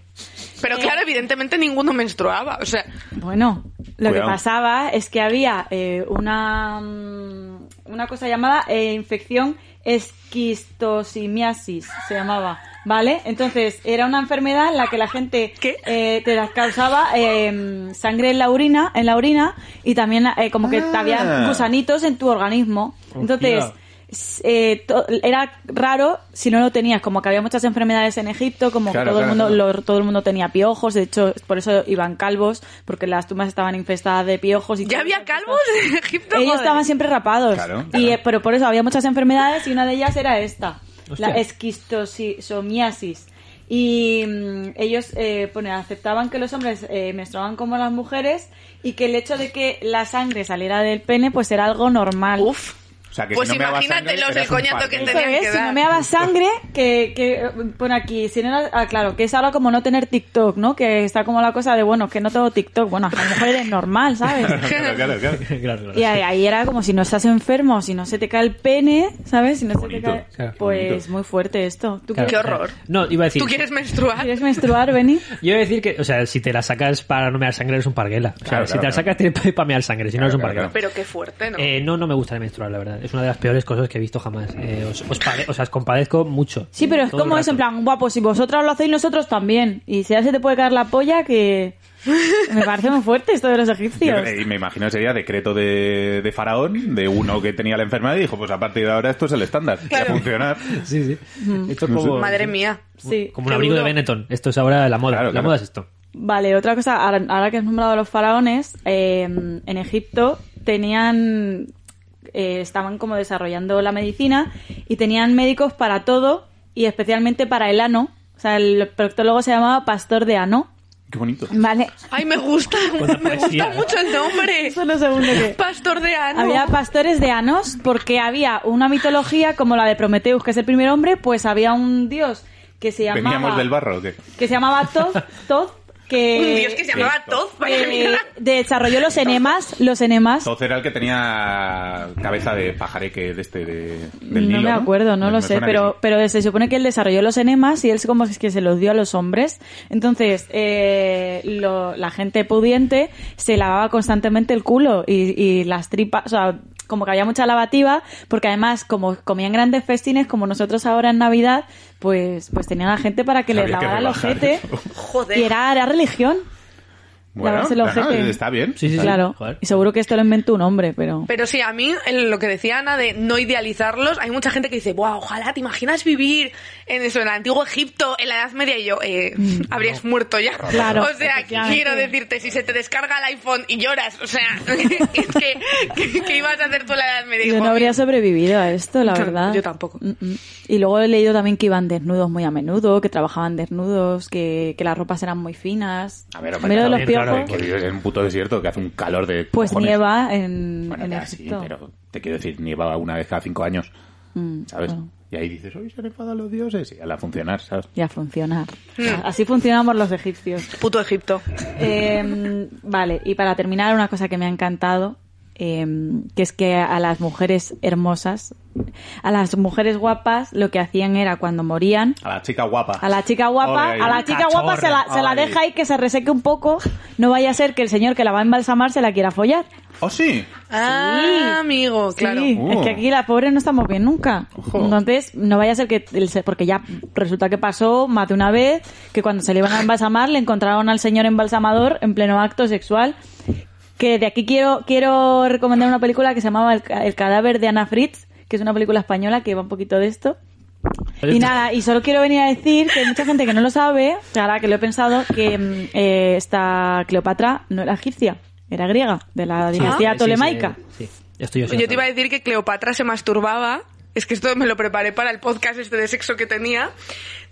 Speaker 2: Pero claro, evidentemente ninguno menstruaba, o sea,
Speaker 3: Bueno, lo
Speaker 4: Cuidado.
Speaker 3: que pasaba es que había eh, una, mm, una cosa llamada eh, infección esquistosimiasis, se llamaba, ¿vale? Entonces, era una enfermedad en la que la gente
Speaker 2: ¿Qué?
Speaker 3: eh, te las causaba eh, sangre en la orina, en la orina y también eh, como que
Speaker 4: Ah.
Speaker 3: había gusanitos en tu organismo. Entonces,
Speaker 1: Hostia.
Speaker 3: s- eh, to- era raro si no lo tenías, como que había muchas enfermedades en Egipto, como
Speaker 4: Claro,
Speaker 3: que todo el
Speaker 4: claro,
Speaker 3: mundo
Speaker 4: claro.
Speaker 3: lo todo el mundo tenía piojos, de hecho, por eso iban calvos, porque las tumbas estaban infestadas de piojos. Y
Speaker 2: ¿ya había calvos en Egipto?
Speaker 3: Ellos
Speaker 2: Joder.
Speaker 3: estaban siempre rapados.
Speaker 4: Claro,
Speaker 3: y,
Speaker 4: claro.
Speaker 3: eh, pero por eso había muchas enfermedades y una de ellas era esta,
Speaker 1: Hostia.
Speaker 3: la esquistosomiasis. Y mm, ellos eh, pone, aceptaban que los hombres eh, menstruaban como las mujeres y que el hecho de que la sangre saliera del pene pues era algo normal.
Speaker 2: Uf.
Speaker 4: O sea, que
Speaker 2: Pues
Speaker 4: si no me daba
Speaker 2: imagínate
Speaker 4: sangre,
Speaker 2: los
Speaker 4: eras
Speaker 2: del
Speaker 4: un
Speaker 2: coñazo que
Speaker 4: pardo.
Speaker 3: Eso
Speaker 2: tenían
Speaker 3: es,
Speaker 2: que
Speaker 3: si
Speaker 2: dar.
Speaker 3: no me daba sangre, que, que eh, pone aquí, si no era, ah, claro, que es ahora como no tener TikTok, ¿no? Que está como la cosa de, bueno, que no tengo TikTok, bueno, a lo mejor eres normal, ¿sabes?
Speaker 4: Claro, claro, claro.
Speaker 1: Claro, claro.
Speaker 3: Y ahí, ahí era como si no estás enfermo, si no se te cae el pene, ¿sabes? Si no se te
Speaker 4: Bonito,
Speaker 3: cae...
Speaker 1: claro,
Speaker 3: pues
Speaker 4: bonito.
Speaker 3: muy fuerte esto. ¿Tú
Speaker 1: Claro,
Speaker 2: Qué
Speaker 3: quieres-
Speaker 2: horror.
Speaker 1: No, iba a decir.
Speaker 2: ¿Tú quieres menstruar?
Speaker 3: quieres menstruar, Beni?
Speaker 1: Yo iba a decir que, o sea, si te la sacas para no mear sangre, eres un parguela. O sea, si
Speaker 4: Claro, claro,
Speaker 1: te la
Speaker 4: claro.
Speaker 1: sacas, tienes para mear sangre, si no eres un
Speaker 4: Claro,
Speaker 1: parguela.
Speaker 4: claro,
Speaker 2: Pero qué fuerte, ¿no?
Speaker 1: Eh, no, no me gusta el menstrual, la verdad. Es una de las peores cosas que he visto jamás. Eh, os, os pare- o sea, os compadezco mucho.
Speaker 3: Sí, pero es
Speaker 1: Todo el
Speaker 3: como eso, en
Speaker 1: rato.
Speaker 3: plan, guapo, si vosotros lo hacéis, nosotros también. Y si ya se te puede caer la polla, que... Me parece muy fuerte esto de los
Speaker 4: Yo-
Speaker 3: egipcios.
Speaker 4: y me imagino sería decreto de, de faraón, de uno que tenía la enfermedad y dijo, pues a partir de ahora esto es el estándar. y a
Speaker 2: Claro.
Speaker 4: funcionar.
Speaker 1: Sí, oh, sí. Esto es como,
Speaker 2: Madre mía.
Speaker 3: Sí.
Speaker 1: Como un abrigo de
Speaker 2: duro.
Speaker 1: Benetton. Esto es ahora la moda.
Speaker 4: Claro,
Speaker 1: la
Speaker 4: claro.
Speaker 1: moda es esto.
Speaker 3: Vale, otra cosa, ahora, ahora que has nombrado a los faraones, eh, en Egipto em, tenían eh, estaban como desarrollando la medicina y tenían médicos para todo y especialmente para el ano. O sea, el proctólogo se llamaba Pastor de Ano.
Speaker 4: Qué bonito.
Speaker 3: Vale.
Speaker 2: Ay, me gusta,
Speaker 1: Cuánta
Speaker 2: me
Speaker 1: poesía,
Speaker 2: gusta
Speaker 1: ¿no?
Speaker 2: mucho el nombre.
Speaker 3: Eso no sé dónde que-
Speaker 2: Pastor de ano.
Speaker 3: Había pastores de Anos porque había una mitología como la de Prometeus, que es el primer hombre, pues había un dios que se llamaba...
Speaker 4: ¿Veníamos del barro o qué?
Speaker 3: Que se llamaba Todd, Todd, que...
Speaker 2: Un dios que se llamaba
Speaker 4: eh,
Speaker 2: Todd, vaya
Speaker 3: que
Speaker 2: mierda.
Speaker 3: desarrolló los enemas, los enemas.
Speaker 4: Toz era el que tenía cabeza de pajareque de este, de, del
Speaker 3: no
Speaker 4: Nilo,
Speaker 3: me acuerdo, no
Speaker 4: Me-
Speaker 3: lo
Speaker 4: me
Speaker 3: sé,
Speaker 4: suena que
Speaker 3: pero,
Speaker 4: sí.
Speaker 3: pero se supone que él desarrolló los enemas y él es como es que se los dio a los hombres. Entonces, eh, lo- la gente pudiente se lavaba constantemente el culo y, y las tripas, o sea, como que había mucha lavativa, porque además, como comían grandes festines, como nosotros ahora en Navidad, pues, pues tenían a gente para que les
Speaker 4: Había que
Speaker 3: lavara el
Speaker 4: rebajar
Speaker 3: ojete.
Speaker 4: eso.
Speaker 2: Joder.
Speaker 3: Y era, era religión,
Speaker 4: Bueno,
Speaker 3: lavarse el
Speaker 4: bueno,
Speaker 3: ojete.
Speaker 4: está bien.
Speaker 1: Sí, sí,
Speaker 4: está
Speaker 1: sí.
Speaker 4: bien.
Speaker 3: claro.
Speaker 1: joder.
Speaker 3: Y seguro que esto lo inventó un hombre, pero...
Speaker 2: Pero sí, a mí, en lo que decía Ana de no idealizarlos, hay mucha gente que dice, wow, ojalá te imaginas vivir en eso, en el antiguo Egipto, en la Edad Media, y yo, eh, habrías muerto ya.
Speaker 3: Mm, Claro.
Speaker 2: O sea,
Speaker 3: Efectivamente.
Speaker 2: quiero decirte, si se te descarga el iPhone y lloras, o sea, es que, que- que ibas a hacer tú en la Edad Media.
Speaker 3: Yo no
Speaker 2: Hijo,
Speaker 3: habría sobrevivido a esto, la
Speaker 2: Yo-
Speaker 3: verdad.
Speaker 2: yo tampoco.
Speaker 3: Mm-mm. Y luego he leído también que iban desnudos muy a menudo, que trabajaban desnudos, que, que las ropas eran muy finas.
Speaker 4: A ver, hombre,
Speaker 3: Primero de los
Speaker 1: también, claro,
Speaker 3: piojos,
Speaker 4: Joder, que vives en un puto desierto que hace un calor de.
Speaker 3: pues
Speaker 4: ¿eh? cojones.
Speaker 3: nieva en,
Speaker 4: Bueno,
Speaker 3: en
Speaker 4: ya sí,
Speaker 3: Egipto.
Speaker 4: pero te quiero decir, nieva una vez cada cinco años,
Speaker 3: Mm,
Speaker 4: ¿sabes?
Speaker 3: bueno,
Speaker 4: Y ahí dices, hoy se han enfadado los dioses. Y a la funcionar, ¿sabes?
Speaker 3: y a funcionar.
Speaker 2: Mm.
Speaker 3: Así funcionamos los egipcios.
Speaker 2: Puto Egipto.
Speaker 3: Eh, vale, y para terminar, una cosa que me ha encantado, eh, que es que a las mujeres hermosas, a las mujeres guapas, lo que hacían era cuando morían,
Speaker 4: A la chica guapa.
Speaker 3: A la chica guapa,
Speaker 4: Ole,
Speaker 3: a la chica guapa se la, se la
Speaker 4: ay.
Speaker 3: deja ahí que se reseque un poco. No vaya a ser que el señor que la va a embalsamar se la quiera follar.
Speaker 4: ¡Oh, sí!
Speaker 2: Ah, amigo, claro.
Speaker 3: Sí,
Speaker 4: Uh.
Speaker 3: es que aquí la pobre no estamos bien nunca.
Speaker 4: Ojo.
Speaker 3: Entonces, no vaya a ser que el se- porque ya resulta que pasó más de una vez que cuando se le iban a embalsamar le encontraron al señor embalsamador en pleno acto sexual. Que de aquí quiero quiero recomendar una película que se llamaba El, ca- El cadáver de Ana Fritz, que es una película española que va un poquito de esto. Y nada, y solo quiero venir a decir que hay mucha gente que no lo sabe, ahora que lo he pensado, que mm, eh, esta Cleopatra no era egipcia, era griega, de la dinastía
Speaker 1: Ah, Sí, sí,
Speaker 3: tolemaica.
Speaker 1: Sí, sí. Esto yo, sí
Speaker 2: Yo
Speaker 1: lo
Speaker 2: te iba a
Speaker 1: sabía.
Speaker 2: decir que Cleopatra se masturbaba. Es que esto me lo preparé para el podcast este de sexo que tenía.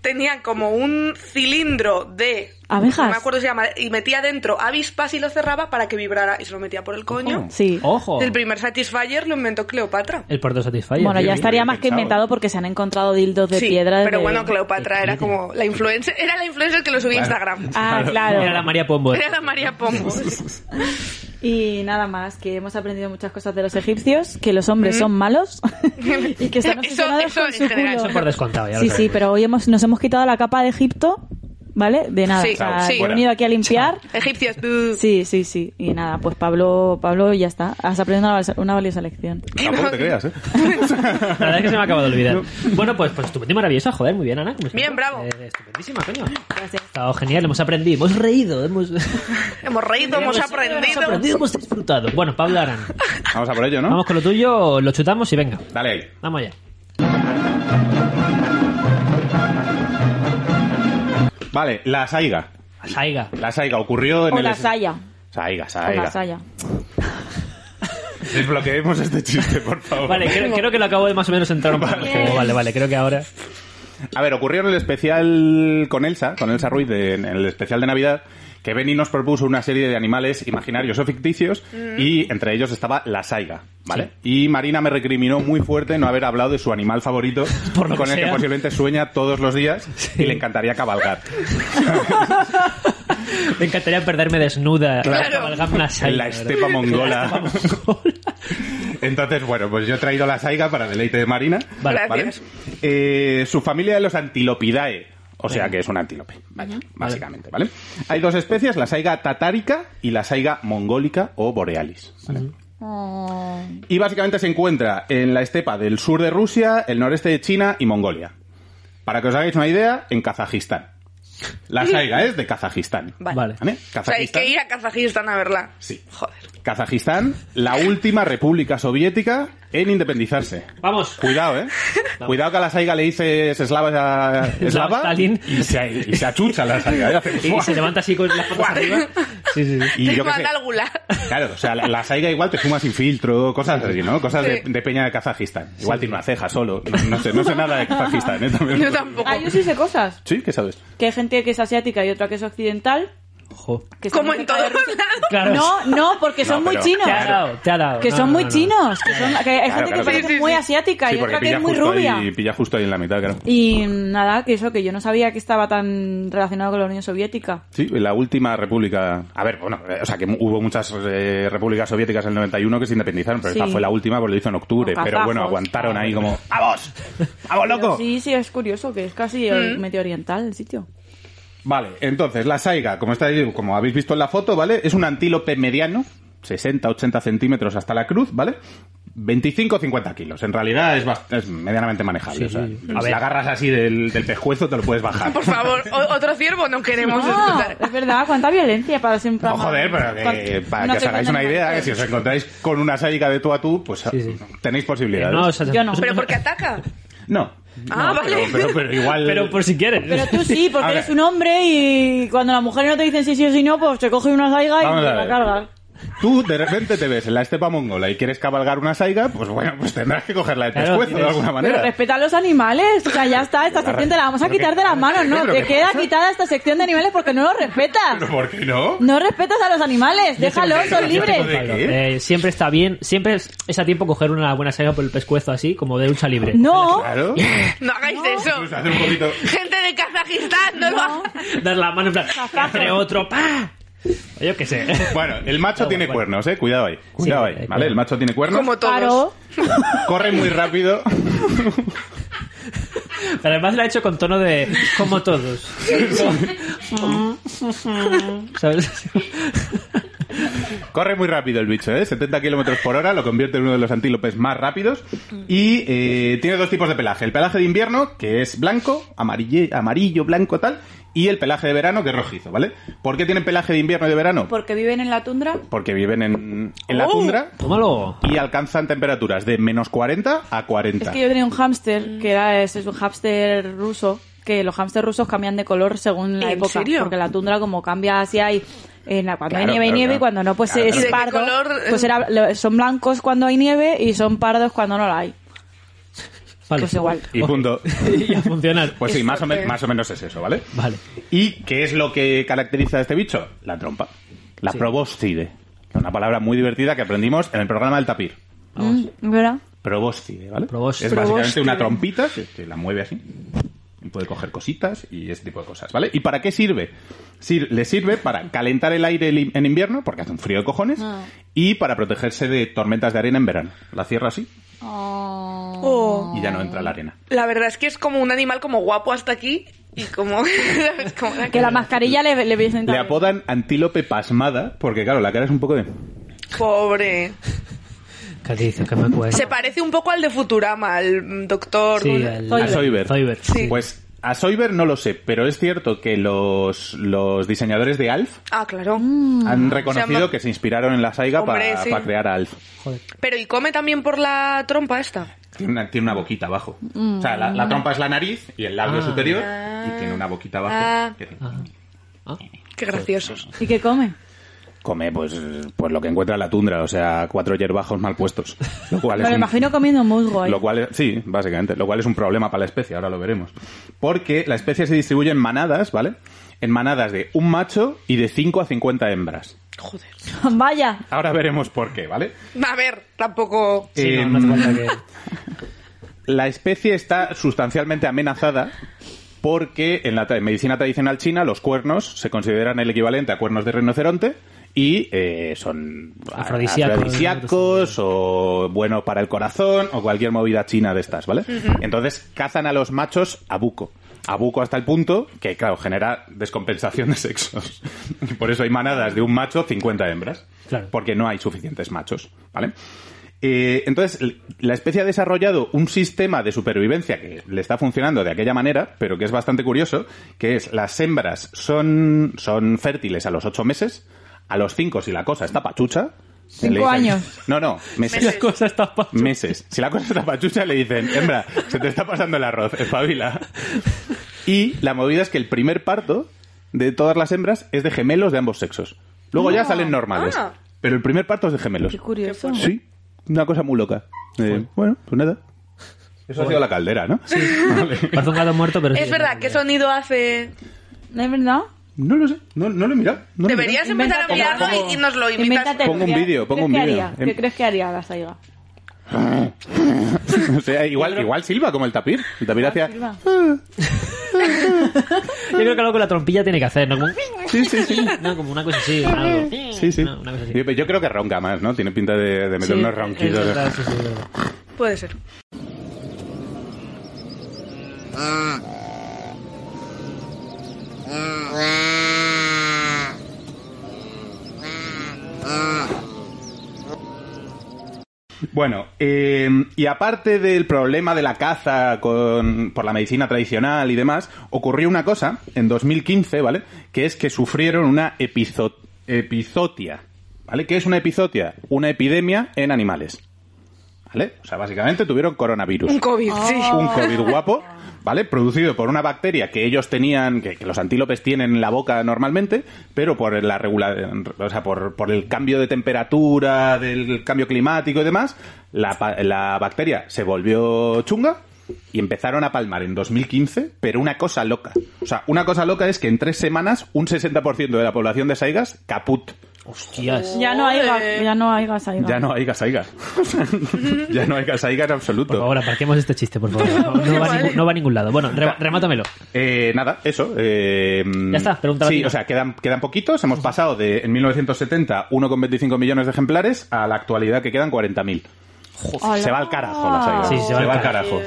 Speaker 2: Tenía como un cilindro de...
Speaker 3: ¿Abejas?
Speaker 2: No me acuerdo si se llama. Y metía dentro avispas y lo cerraba para que vibrara. Y se lo metía por el coño.
Speaker 3: Sí.
Speaker 1: ¡Ojo!
Speaker 2: El primer Satisfyer lo inventó Cleopatra.
Speaker 1: El Porto Satisfyer.
Speaker 3: Bueno,
Speaker 1: tío.
Speaker 3: ya estaría más que
Speaker 4: pensado.
Speaker 3: inventado porque se han encontrado dildos de
Speaker 2: sí,
Speaker 3: piedra.
Speaker 2: pero
Speaker 3: de-
Speaker 2: bueno, Cleopatra era como la influencer. Era la influencer que lo subía a Instagram.
Speaker 3: Ah, claro.
Speaker 1: Era la María Pombo.
Speaker 2: Era la María Pombo.
Speaker 3: Y nada más, que hemos aprendido muchas cosas de los egipcios, que los hombres son malos y que están
Speaker 2: Eso-
Speaker 3: obsesionados
Speaker 2: eso
Speaker 3: con
Speaker 2: en
Speaker 3: su
Speaker 2: general,
Speaker 3: culo.
Speaker 2: eso
Speaker 1: Eso por descontado, ya lo
Speaker 3: Sí, sí,
Speaker 1: sabemos.
Speaker 3: pero hoy hemos, nos hemos quitado la capa de Egipto, ¿vale? De nada.
Speaker 2: Sí,
Speaker 3: o sea,
Speaker 2: sí.
Speaker 3: he venido aquí a limpiar.
Speaker 2: Egipcios. buh.
Speaker 3: Sí, sí, sí. Y nada, pues Pablo, Pablo ya está. Has aprendido una, valsa- una valiosa lección.
Speaker 4: Tampoco te creas, ¿eh?
Speaker 1: La verdad es que se me ha acabado de olvidar. Bueno, pues, pues estupendo y maravillosa. Joder, muy bien, Ana. como siempre.
Speaker 2: Bien, bravo.
Speaker 1: Eh, estupendísima, coño. Ha
Speaker 3: Gracias.
Speaker 1: estado genial, hemos aprendido, hemos reído, hemos...
Speaker 2: Hemos reído, hemos
Speaker 1: Hemos
Speaker 2: aprendido.
Speaker 1: aprendido, hemos disfrutado. Bueno, Pablo Arán,
Speaker 4: Vamos a por ello, ¿no?
Speaker 1: vamos con lo tuyo, lo chutamos y venga.
Speaker 4: Dale ahí.
Speaker 1: Vamos allá.
Speaker 4: Vale, la saiga.
Speaker 1: Saiga.
Speaker 4: La saiga ocurrió en
Speaker 3: O
Speaker 4: el...
Speaker 3: la saya.
Speaker 4: Saiga,
Speaker 3: O la
Speaker 4: saiga.
Speaker 3: saya.
Speaker 4: Desbloqueemos este chiste, por favor.
Speaker 1: Vale, creo, creo que lo acabo de más o menos entrar un poco. en juego. Vale, vale, creo que ahora...
Speaker 4: A ver, ocurrió en el especial con Elsa, con Elsa Ruiz, de- en el especial de Navidad, que Benny nos propuso una serie de animales imaginarios o ficticios y entre ellos estaba la saiga, ¿vale? Y Marina me recriminó muy fuerte no haber hablado de su animal favorito,
Speaker 1: Por lo
Speaker 4: con
Speaker 1: que
Speaker 4: el que
Speaker 1: sea.
Speaker 4: posiblemente sueña todos los días y le encantaría cabalgar.
Speaker 1: Me encantaría perderme desnuda.
Speaker 4: Claro.
Speaker 1: cabalgando una saiga,
Speaker 4: En la
Speaker 1: ¿verdad?
Speaker 4: estepa mongola.
Speaker 1: mongola.
Speaker 4: Entonces, bueno, pues yo he traído la saiga para deleite de Marina.
Speaker 1: Vale,
Speaker 2: Gracias.
Speaker 4: Eh, su familia de los antilopidae. O sea que es un antílope, vaya, básicamente, ¿vale? Hay dos especies, la saiga tatárica y la saiga mongólica o borealis. ¿vale? Y básicamente se encuentra en la estepa del sur de Rusia, el noreste de China y Mongolia. Para que os hagáis una idea, en Kazajistán. La saiga es de Kazajistán.
Speaker 2: Vale.
Speaker 1: Vale.
Speaker 4: ¿vale?
Speaker 2: O sea, hay que ir a Kazajistán a verla.
Speaker 4: Sí.
Speaker 2: Joder.
Speaker 4: Kazajistán, la última república soviética en independizarse.
Speaker 1: Vamos.
Speaker 4: Cuidado, eh. Cuidado que a la saiga le dices eslava a- eslava
Speaker 1: Stalin.
Speaker 4: y se, y se achucha la saiga. ¿eh? Hace-
Speaker 1: Y se levanta así con las patas arriba. Sí, sí. sí.
Speaker 4: Y
Speaker 2: Te
Speaker 4: yo qué sé.
Speaker 2: manda al gulag.
Speaker 4: Claro, o sea, la, la saiga igual te fuma sin filtro, cosas así, ¿no? Cosas de,
Speaker 2: Sí.
Speaker 4: de peña de Kazajistán. Igual tiene una ceja solo. No, no sé, no sé nada de Kazajistán, ¿eh? También-
Speaker 2: Yo tampoco.
Speaker 3: Ah, yo sí sé cosas.
Speaker 4: Sí, ¿qué sabes?
Speaker 3: Que hay gente que es asiática y otra que es occidental.
Speaker 1: Ojo.
Speaker 3: que está
Speaker 2: Como
Speaker 3: muy
Speaker 2: en
Speaker 3: cerca de
Speaker 2: todos
Speaker 3: Rusia.
Speaker 2: lados.
Speaker 1: Claro.
Speaker 3: No, no, porque son
Speaker 4: No,
Speaker 3: muy
Speaker 4: pero-
Speaker 3: chinos.
Speaker 1: Te ha dado, te ha dado.
Speaker 3: Que
Speaker 1: No,
Speaker 3: son
Speaker 1: no,
Speaker 3: muy
Speaker 1: no.
Speaker 3: chinos. Que, son- que hay
Speaker 4: Claro,
Speaker 3: gente
Speaker 4: claro,
Speaker 3: que parece
Speaker 2: sí, sí,
Speaker 3: muy
Speaker 2: sí.
Speaker 3: asiática
Speaker 4: Sí,
Speaker 3: y otra
Speaker 4: porque
Speaker 3: que
Speaker 4: pilla
Speaker 3: es muy
Speaker 4: justo,
Speaker 3: rubia.
Speaker 4: ahí, pilla justo ahí en la mitad, claro.
Speaker 3: Y nada, que eso, que yo no sabía que estaba tan relacionado con la Unión Soviética.
Speaker 4: Sí, la última república. A ver, bueno, eh, o sea que mu- hubo muchas eh, repúblicas soviéticas en el 91 que se independizaron, pero esta
Speaker 3: Sí.
Speaker 4: fue la última porque lo hizo en octubre.
Speaker 3: Los
Speaker 4: Pero bueno,
Speaker 3: kazajos.
Speaker 4: aguantaron
Speaker 1: Ah,
Speaker 4: ahí como ¡Vamos! ¡Vamos,
Speaker 3: Pero
Speaker 4: loco!
Speaker 3: Sí, sí, es curioso, que es casi medio oriental el sitio.
Speaker 4: Vale, entonces, la saiga, como, estáis, como habéis visto en la foto, ¿vale? Es un antílope mediano, 60-80 centímetros hasta la cruz, ¿vale? 25-50 kilos. En realidad es, bast- es medianamente manejable.
Speaker 1: Sí,
Speaker 4: o sea,
Speaker 1: sí.
Speaker 4: si
Speaker 1: A ver.
Speaker 4: la agarras así del, del pejuezo, te lo puedes bajar.
Speaker 2: Por favor, o- otro ciervo no queremos
Speaker 3: No,
Speaker 2: escuchar.
Speaker 3: Ah, es verdad, cuánta violencia para ser un
Speaker 4: No,
Speaker 3: programa-
Speaker 4: joder, pero que,
Speaker 3: cuan-
Speaker 4: para
Speaker 3: no
Speaker 4: que os
Speaker 3: sé
Speaker 4: hagáis
Speaker 3: cuántos
Speaker 4: una idea, que
Speaker 3: animales.
Speaker 4: si os encontráis con una saiga de tú a tú, pues
Speaker 1: Sí, sí.
Speaker 4: tenéis
Speaker 1: Eh,
Speaker 4: posibilidades.
Speaker 1: No, o sea,
Speaker 3: Yo no.
Speaker 2: Pero porque ataca.
Speaker 4: No.
Speaker 2: Ah,
Speaker 4: No,
Speaker 2: vale.
Speaker 4: Pero, pero- pero igual.
Speaker 1: Pero por si quieres.
Speaker 3: Pero tú sí, porque
Speaker 4: A ver.
Speaker 3: eres un hombre y cuando las mujeres no te dicen sí, sí o sí no, pues te cogen una saiga y
Speaker 4: Vamos
Speaker 3: te
Speaker 4: a
Speaker 3: la
Speaker 4: ver.
Speaker 3: cargas.
Speaker 4: Tú de repente te ves en la estepa mongola y quieres cabalgar una saiga, pues bueno, pues tendrás que cogerla de
Speaker 1: Claro,
Speaker 4: pescuezo de
Speaker 1: tienes-
Speaker 4: alguna
Speaker 3: Pero
Speaker 4: manera.
Speaker 3: respeta a los animales, o sea, ya está, esta sección te la vamos a
Speaker 4: pero
Speaker 3: quitar
Speaker 4: qué-
Speaker 3: de las manos,
Speaker 4: Sí,
Speaker 3: ¿no?
Speaker 4: pero
Speaker 3: Te
Speaker 4: qué
Speaker 3: queda
Speaker 4: pasa.
Speaker 3: quitada esta sección de animales porque no los
Speaker 4: ¿Pero
Speaker 3: respetas.
Speaker 4: por qué no?
Speaker 3: No respetas a los animales, déjalos,
Speaker 4: que-
Speaker 3: son
Speaker 4: yo tengo
Speaker 3: libres.
Speaker 4: de-
Speaker 1: Pablo,
Speaker 4: ¿Qué?
Speaker 1: eh, siempre está bien, siempre es es a tiempo coger una buena saiga por el pescuezo así, como de lucha libre.
Speaker 3: No,
Speaker 4: Claro.
Speaker 2: No hagáis
Speaker 4: Pues
Speaker 2: eso.
Speaker 4: hacer un poquito.
Speaker 2: Gente de Kazajistán, no lo hagáis.
Speaker 1: Dar la mano en plan, entre otro, pa. Yo qué sé.
Speaker 4: Bueno, el macho
Speaker 1: Bueno,
Speaker 4: tiene
Speaker 1: Ah, bueno.
Speaker 4: cuernos, eh. Cuidado ahí. Cuidado
Speaker 1: eh,
Speaker 4: ahí, ¿vale?
Speaker 1: cuidado.
Speaker 4: El macho tiene cuernos.
Speaker 2: Como todos.
Speaker 3: claro.
Speaker 4: Corre muy rápido.
Speaker 1: Pero además lo ha hecho con tono de como todos. ¿Sabes?
Speaker 4: Corre muy rápido el bicho, ¿eh? 70 kilómetros por hora, lo convierte en uno de los antílopes más rápidos. Y eh, tiene dos tipos de pelaje. El pelaje de invierno, que es blanco, amarille, amarillo, blanco, tal. Y el pelaje de verano, que es rojizo, ¿vale? ¿Por qué tienen pelaje de invierno y de verano?
Speaker 3: Porque viven en la tundra.
Speaker 4: Porque viven en, en la
Speaker 2: Oh.
Speaker 4: tundra
Speaker 1: Tómalo.
Speaker 4: y alcanzan temperaturas de menos 40 a 40.
Speaker 3: Es que yo tenía un hámster, que era ese es un hámster ruso, que los hámsters rusos cambian de color según la
Speaker 2: ¿En
Speaker 3: época.
Speaker 2: serio?
Speaker 3: Porque la tundra como cambia así hay... en la- cuando
Speaker 4: Claro,
Speaker 3: hay nieve,
Speaker 4: claro,
Speaker 3: nieve,
Speaker 4: claro.
Speaker 3: y cuando no, pues
Speaker 4: Claro,
Speaker 3: es
Speaker 4: claro.
Speaker 2: ¿Y de qué
Speaker 3: pardo.
Speaker 2: color, eh?
Speaker 3: Pues era- lo- son blancos cuando hay nieve y son pardos cuando no la hay.
Speaker 1: Vale.
Speaker 3: Pues igual.
Speaker 4: Y punto.
Speaker 1: y a funcionar.
Speaker 4: Pues sí, más o, men-
Speaker 2: fuerte.
Speaker 4: más o menos es eso, ¿vale?
Speaker 1: Vale.
Speaker 4: ¿Y qué es lo que caracteriza a este bicho? La trompa. La probóscide. Una palabra muy divertida que aprendimos en el programa del tapir.
Speaker 3: Mm, ¿Verdad?
Speaker 4: Probóscide, ¿vale?
Speaker 1: Probóscide.
Speaker 4: Es básicamente una trompita que se la mueve así. Y puede coger cositas y ese tipo de cosas, ¿vale? ¿Y para qué sirve? Sir- le sirve para calentar el aire li- en invierno, porque hace un frío de cojones,
Speaker 2: Ah.
Speaker 4: y para protegerse de tormentas de arena en verano. La cierra así
Speaker 2: Oh.
Speaker 4: y ya no entra la arena.
Speaker 2: La verdad es que es como un animal como guapo hasta aquí y como... ¿sabes? como
Speaker 3: Que la mascarilla le, le hubiese
Speaker 4: Le
Speaker 3: entrado.
Speaker 4: apodan antílope pasmada, porque claro, la cara es un poco de...
Speaker 2: Pobre.
Speaker 1: ¿Qué dices? Que me acuerdo.
Speaker 2: Se parece un poco al de Futurama, al mm, doctor...
Speaker 1: Sí,
Speaker 2: ¿cómo se-
Speaker 1: el-
Speaker 4: A Soyber.
Speaker 1: Zoidberg, sí.
Speaker 4: Pues a Soyber no lo sé, pero es cierto que los, los diseñadores de Alf
Speaker 2: Ah, claro.
Speaker 3: Mm.
Speaker 4: han reconocido
Speaker 2: Se llama-
Speaker 4: que se inspiraron en la saiga pa-
Speaker 2: Hombre,
Speaker 4: para
Speaker 2: sí.
Speaker 4: crear a Alf.
Speaker 1: Joder.
Speaker 2: Pero ¿y come también por la trompa esta?
Speaker 4: Tiene una, tiene una boquita abajo. O sea, la, la
Speaker 3: Mm.
Speaker 4: trompa es la nariz y el labio
Speaker 1: Ah.
Speaker 4: superior y tiene una boquita abajo.
Speaker 2: Ah.
Speaker 4: que-
Speaker 2: Qué graciosos.
Speaker 3: ¿Y qué come?
Speaker 4: Come pues, pues lo que encuentra en la tundra, o sea, cuatro yerbajos mal puestos. Lo cual
Speaker 3: Me
Speaker 4: es
Speaker 3: lo
Speaker 4: un-
Speaker 3: imagino comiendo musgo ¿eh? ahí.
Speaker 4: Lo cual, es- sí, básicamente. Lo cual es un problema para la especie, ahora lo veremos. Porque la especie se distribuye en manadas, ¿vale? En manadas de un macho y de 5 a 50 hembras.
Speaker 2: Joder.
Speaker 3: Vaya.
Speaker 4: Ahora veremos por qué, ¿vale?
Speaker 2: A ver, tampoco...
Speaker 1: Sí, no,
Speaker 4: Em,
Speaker 1: no hace falta que-
Speaker 4: La especie está sustancialmente amenazada porque en la tra- medicina tradicional china los cuernos se consideran el equivalente a cuernos de rinoceronte y eh, son a-
Speaker 1: Afrodisíacos,
Speaker 4: afrodisíacos o bueno para el corazón o cualquier movida china de estas, ¿vale? Entonces cazan a los machos a buco. A buco hasta el punto que, claro, genera descompensación de sexos. Y Por eso hay manadas de un macho, 50 hembras.
Speaker 1: Claro.
Speaker 4: Porque no hay suficientes machos, ¿vale? Eh, entonces, l- la especie ha desarrollado un sistema de supervivencia que le está funcionando de aquella manera, pero que es bastante curioso, que es las hembras son, son fértiles a los ocho meses, a los cinco si la cosa está pachucha. se le
Speaker 3: Cinco
Speaker 4: dicen-
Speaker 3: años.
Speaker 4: No, no,
Speaker 1: La
Speaker 4: meses.
Speaker 2: Meses.
Speaker 1: cosa está pa-
Speaker 4: Meses. Si la cosa está pachucha, le dicen, hembra, se te está pasando el arroz, espabila. Y la movida es que el primer parto de todas las hembras es de gemelos de ambos sexos. Luego ya salen normales.
Speaker 2: Ah.
Speaker 4: Pero el primer parto es de gemelos.
Speaker 3: Qué curioso.
Speaker 4: Sí, una cosa muy loca. Eh, bueno, pues nada. Eso ha sido la caldera, ¿no?
Speaker 1: Parece un gato muerto, pero...
Speaker 2: Es
Speaker 1: sí,
Speaker 2: verdad,
Speaker 1: no,
Speaker 2: ¿qué
Speaker 1: no.
Speaker 2: sonido hace?
Speaker 3: ¿No es verdad?
Speaker 4: No lo sé, no, no lo he mirado. no lo he
Speaker 2: Deberías
Speaker 4: mirado.
Speaker 2: empezar a
Speaker 3: Invéntate,
Speaker 2: mirarlo
Speaker 3: ¿cómo?
Speaker 2: y, y nos lo invitas.
Speaker 3: Invéntate,
Speaker 4: Pongo un
Speaker 3: ¿qué-
Speaker 4: vídeo,
Speaker 3: qué
Speaker 4: pongo un
Speaker 3: crees que
Speaker 4: vídeo.
Speaker 3: haría? ¿Qué
Speaker 4: Em-
Speaker 3: crees que haría la Saiga?
Speaker 4: o sea, eh, igual, igual silba como el tapir. El
Speaker 1: Ah,
Speaker 4: tapir hacía...
Speaker 3: Silba.
Speaker 1: Yo creo que algo con la trompilla tiene que hacer, ¿no? Como,
Speaker 4: Sí, sí, sí.
Speaker 1: no, como una cosa así, algo.
Speaker 4: Sí, sí.
Speaker 1: Una, una cosa así.
Speaker 4: Yo, yo creo que ronca más, ¿no? Tiene pinta de, de meter
Speaker 1: Sí,
Speaker 4: unos
Speaker 1: es
Speaker 4: ronquidos.
Speaker 1: verdad, sí, sí, es verdad.
Speaker 2: Puede ser.
Speaker 4: Bueno, eh, y aparte del problema de la caza con, por la medicina tradicional y demás, ocurrió una cosa en 2015, ¿vale? Que es que sufrieron una epizo- epizotia, ¿vale? ¿Qué es una epizotia? Una epidemia en animales, ¿vale? O sea, básicamente tuvieron coronavirus.
Speaker 2: Un COVID, sí.
Speaker 4: un COVID guapo, ¿vale? Producido por una bacteria que ellos tenían, que, que los antílopes tienen en la boca normalmente, pero por la regula, o sea, por, por el cambio de temperatura, del cambio climático y demás, la, pa- la bacteria se volvió chunga y empezaron a palmar en 2015, pero una cosa loca. O sea, una cosa loca es que en tres semanas un 60% de la población de Saigas caput.
Speaker 1: Hostias.
Speaker 3: Ya no hay ga- ya no hay ga- Saiga.
Speaker 4: Ya no hay gasaigas. ya no hay gasaigas en absoluto.
Speaker 1: Por favor, aparquemos este chiste, por favor. No, no va, a
Speaker 2: Vale.
Speaker 1: ningún- no va a ningún lado. Bueno, re- remátamelo.
Speaker 4: Eh, nada, eso. eh,
Speaker 1: Ya está, pregunta
Speaker 4: Sí,
Speaker 1: batida.
Speaker 4: o sea, quedan, quedan poquitos. Hemos pasado de, en 1970, 1,25 millones de ejemplares a la actualidad que quedan 40.000.
Speaker 3: Hola.
Speaker 4: Se va al carajo la saiga.
Speaker 1: Sí, se va al
Speaker 2: carajo.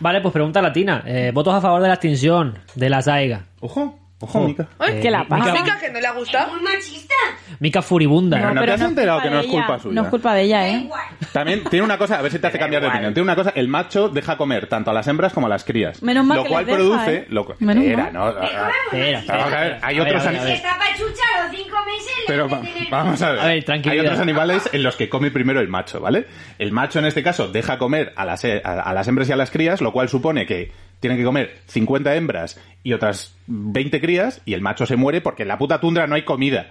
Speaker 1: Vale, pues pregunta latina. Eh, ¿Votos a favor de la extinción de la saiga?
Speaker 4: Ojo, ojo, Oh, Mica.
Speaker 2: Ay,
Speaker 1: Eh,
Speaker 3: que la
Speaker 1: Mica,
Speaker 3: pasa.
Speaker 2: Mica, que no le ha gustado.
Speaker 5: Muy machista.
Speaker 1: Mica furibunda.
Speaker 4: No,
Speaker 1: ¿eh?
Speaker 4: te has
Speaker 3: es
Speaker 4: enterado
Speaker 3: culpa
Speaker 4: que no
Speaker 3: de
Speaker 4: es culpa
Speaker 3: ella.
Speaker 4: suya.
Speaker 3: No es culpa de ella, ¿eh?
Speaker 5: Igual.
Speaker 4: También tiene una cosa, a ver si te hace cambiar de opinión. Tiene una cosa, el macho deja comer tanto a las hembras como a las crías.
Speaker 3: Menos mal
Speaker 4: lo
Speaker 3: que
Speaker 4: cual
Speaker 3: les deja,
Speaker 4: produce.
Speaker 3: ¿eh?
Speaker 4: lo cu-
Speaker 3: Menos
Speaker 4: Era,
Speaker 3: mal.
Speaker 4: ¿no? Ah, ah.
Speaker 1: Espera, espera.
Speaker 4: Vamos a ver, hay
Speaker 1: A ver,
Speaker 4: otros
Speaker 1: a ver, a
Speaker 4: animales.
Speaker 1: ver.
Speaker 5: Está pachucha a los cinco meses. le
Speaker 4: Pero
Speaker 5: hace
Speaker 4: va-
Speaker 5: tener-
Speaker 4: vamos a ver.
Speaker 1: A ver, tranquilidad.
Speaker 4: Hay otros animales en los que come primero el macho, ¿vale? El macho en este caso deja comer a las, he- a, a las hembras y a las crías, lo cual supone que tienen que comer 50 hembras y otras 20 crías y el macho se muere porque en la puta tundra no hay comida,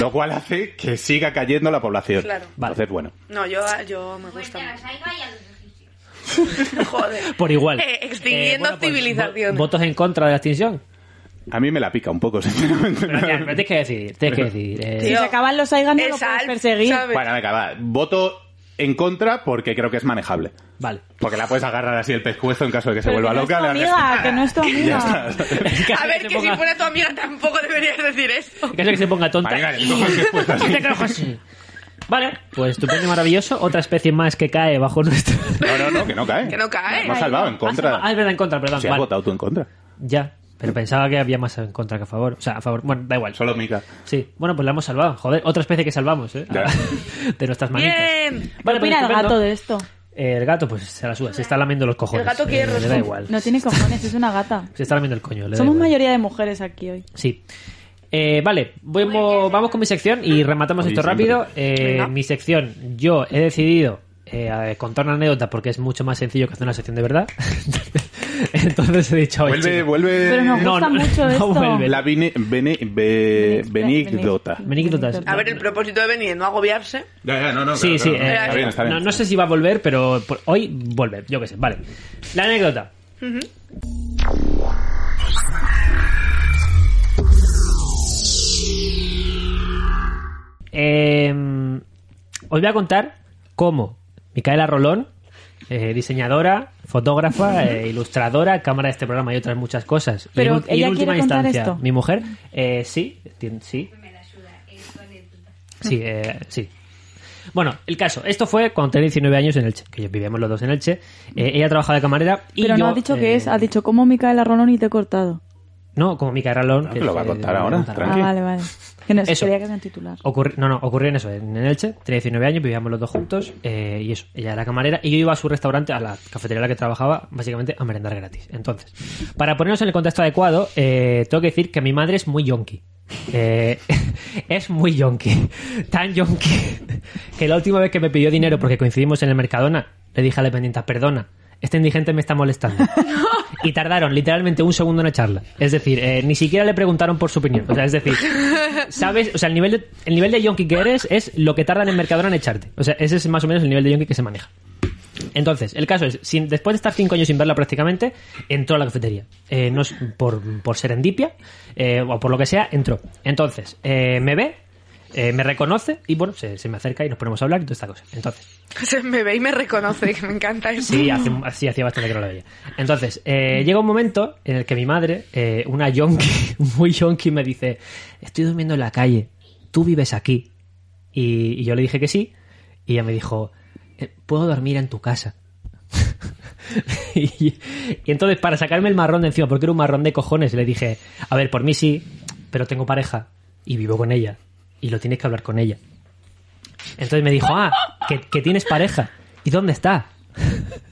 Speaker 4: lo cual hace que siga cayendo la población.
Speaker 2: Claro.
Speaker 1: Vale.
Speaker 4: Entonces, bueno.
Speaker 2: No, yo, ah, yo me
Speaker 5: Muerte
Speaker 2: gusta.
Speaker 5: a la saiga y a los egipcios.
Speaker 2: Joder.
Speaker 1: Por igual.
Speaker 2: Eh, extinguiendo
Speaker 1: pues,
Speaker 2: civilizaciones.
Speaker 1: vo- ¿Votos en contra de la extinción?
Speaker 4: A mí me la pica un poco, sinceramente.
Speaker 1: Pero, tía, pero tienes que decidir, tienes que decidir. Eh,
Speaker 3: Si
Speaker 2: Tío,
Speaker 3: se acaban los Saigas, no
Speaker 2: es
Speaker 3: lo puedes
Speaker 2: alf,
Speaker 3: perseguir.
Speaker 2: ¿sabes?
Speaker 4: Bueno, venga, va. Voto en contra porque creo que es manejable.
Speaker 1: Vale.
Speaker 4: Porque la puedes agarrar así el pescuezo en caso de que se
Speaker 3: Pero
Speaker 4: vuelva
Speaker 3: que no
Speaker 4: loca.
Speaker 3: es
Speaker 4: le
Speaker 3: tu
Speaker 4: haces-
Speaker 3: amiga, que no es tu
Speaker 4: Ya
Speaker 3: amiga.
Speaker 4: está.
Speaker 2: A ver, que si fuera tu amiga tampoco deberías decir esto.
Speaker 1: En caso de que se ponga tonta.
Speaker 4: Vale, vale, cojo el pescuezo así.
Speaker 1: Te creo, José. Vale, pues estupendo y maravilloso. Otra especie más que cae bajo nuestro.
Speaker 4: No, no, no, que no cae.
Speaker 2: Que no cae.
Speaker 4: Hemos salvado en contra.
Speaker 1: Ah, es verdad, en contra, perdón.
Speaker 4: Si has
Speaker 1: Vale.
Speaker 4: votado tú en contra.
Speaker 1: Ya, pero pensaba que había más en contra que a favor. O sea, a favor. Bueno, da igual.
Speaker 4: Solo Mica.
Speaker 1: Sí, bueno, pues la hemos salvado. Joder, otra especie que salvamos, ¿eh?
Speaker 4: Ya.
Speaker 1: De nuestras manitas.
Speaker 2: Bien.
Speaker 3: ¿Qué
Speaker 1: Vale, pues
Speaker 3: opina el
Speaker 1: estupendo.
Speaker 3: gato de esto?
Speaker 1: Eh, el gato, pues se la suda, se está lamiendo los cojones.
Speaker 2: El gato quiere
Speaker 1: Eh, Le da
Speaker 2: roscón.
Speaker 1: igual.
Speaker 3: No tiene cojones, es una gata.
Speaker 1: Se está lamiendo el coño. le da
Speaker 3: Somos
Speaker 1: igual.
Speaker 3: mayoría de mujeres aquí hoy.
Speaker 1: Sí. Eh, vale, vamos, vamos con mi sección y rematamos
Speaker 4: Oye,
Speaker 1: esto
Speaker 4: siempre.
Speaker 1: rápido. Eh,
Speaker 2: Venga.
Speaker 1: mi sección, yo he decidido eh, a- contar una anécdota porque es mucho más sencillo que hacer una sección de verdad. Entonces he dicho, oye,
Speaker 4: Vuelve,
Speaker 1: chico,
Speaker 4: vuelve.
Speaker 3: Pero nos gusta mucho
Speaker 1: no
Speaker 3: esto.
Speaker 1: vuelve.
Speaker 4: La vine, bene, be- benigdota.
Speaker 1: Benignotas.
Speaker 3: Benignotas.
Speaker 2: A ver, el propósito de venir, no agobiarse.
Speaker 4: Ya, ya, no, no.
Speaker 1: Sí, sí. eh,
Speaker 4: está bien, está bien.
Speaker 1: No, no sé si va a volver, pero por- hoy vuelve, yo qué sé. Vale. La anécdota. Eh, os voy a contar cómo Micaela Rolón, eh, diseñadora, fotógrafa, eh, ilustradora, cámara de este programa y otras muchas cosas. y en
Speaker 3: Pero
Speaker 1: ul- y en,
Speaker 3: ella
Speaker 1: última
Speaker 3: quiere contar
Speaker 1: instancia,
Speaker 3: esto.
Speaker 1: mi mujer, eh, sí, tien- sí,
Speaker 5: Me la suda. Es tu anécdota.
Speaker 1: Sí, eh, sí. Bueno, el caso. Esto fue cuando tenía 19 años en Elche, que yo vivíamos los dos en Elche. Eh, ella trabajaba de camarera y
Speaker 3: Pero
Speaker 1: yo,
Speaker 3: no has dicho
Speaker 1: eh,
Speaker 3: que es, has dicho como Micaela Rolón y te he cortado.
Speaker 1: No, como Mica Ralón.
Speaker 4: No, que lo va a contar ahora,
Speaker 3: Ah,
Speaker 4: Tranqui.
Speaker 3: vale, vale. Que no
Speaker 1: Eso.
Speaker 3: quería que sea un titular.
Speaker 1: Ocurri- no, no, ocurrió en eso, en en Elche, tenía 19 años, vivíamos los dos juntos, eh, y eso, ella era camarera, y yo iba a su restaurante, a la cafetería en la que trabajaba, básicamente a merendar gratis. Entonces, para ponernos en el contexto adecuado, eh, tengo que decir que mi madre es muy yonki. Eh, es muy yonki, tan yonki, que la última vez que me pidió dinero porque coincidimos en el Mercadona, le dije a la dependienta, perdona, este indigente me está molestando. y tardaron literalmente un segundo en echarla. Es decir, eh, ni siquiera le preguntaron por su opinión. O sea, es decir, ¿sabes? O sea, el nivel de, el nivel de yonki que eres es lo que tardan en Mercadona en echarte. O sea, ese es más o menos el nivel de yonki que se maneja. Entonces, el caso es, sin- después de estar cinco años sin verla prácticamente, entró a la cafetería. Eh, no es- por, por serendipia eh, o por lo que sea, entró. Entonces, eh, me ve, eh, me reconoce y bueno, se, se me acerca y nos ponemos a hablar y toda esta cosa. Entonces,
Speaker 2: Se pues, me ve y me reconoce, que me encanta eso.
Speaker 1: Sí, hace, sí, hacía bastante que no la veía. Entonces, eh, llega un momento en el que mi madre, eh, una yonki, muy yonki, me dice, estoy durmiendo en la calle, tú vives aquí. Y, y yo le dije que sí, y ella me dijo, "Eh, puedo dormir en tu casa. y, y entonces, para sacarme el marrón de encima, porque era un marrón de cojones, le dije, a ver, por mí sí, pero tengo pareja y vivo con ella, y lo tienes que hablar con ella. Entonces me dijo, ah, que, que tienes pareja. ¿Y dónde está?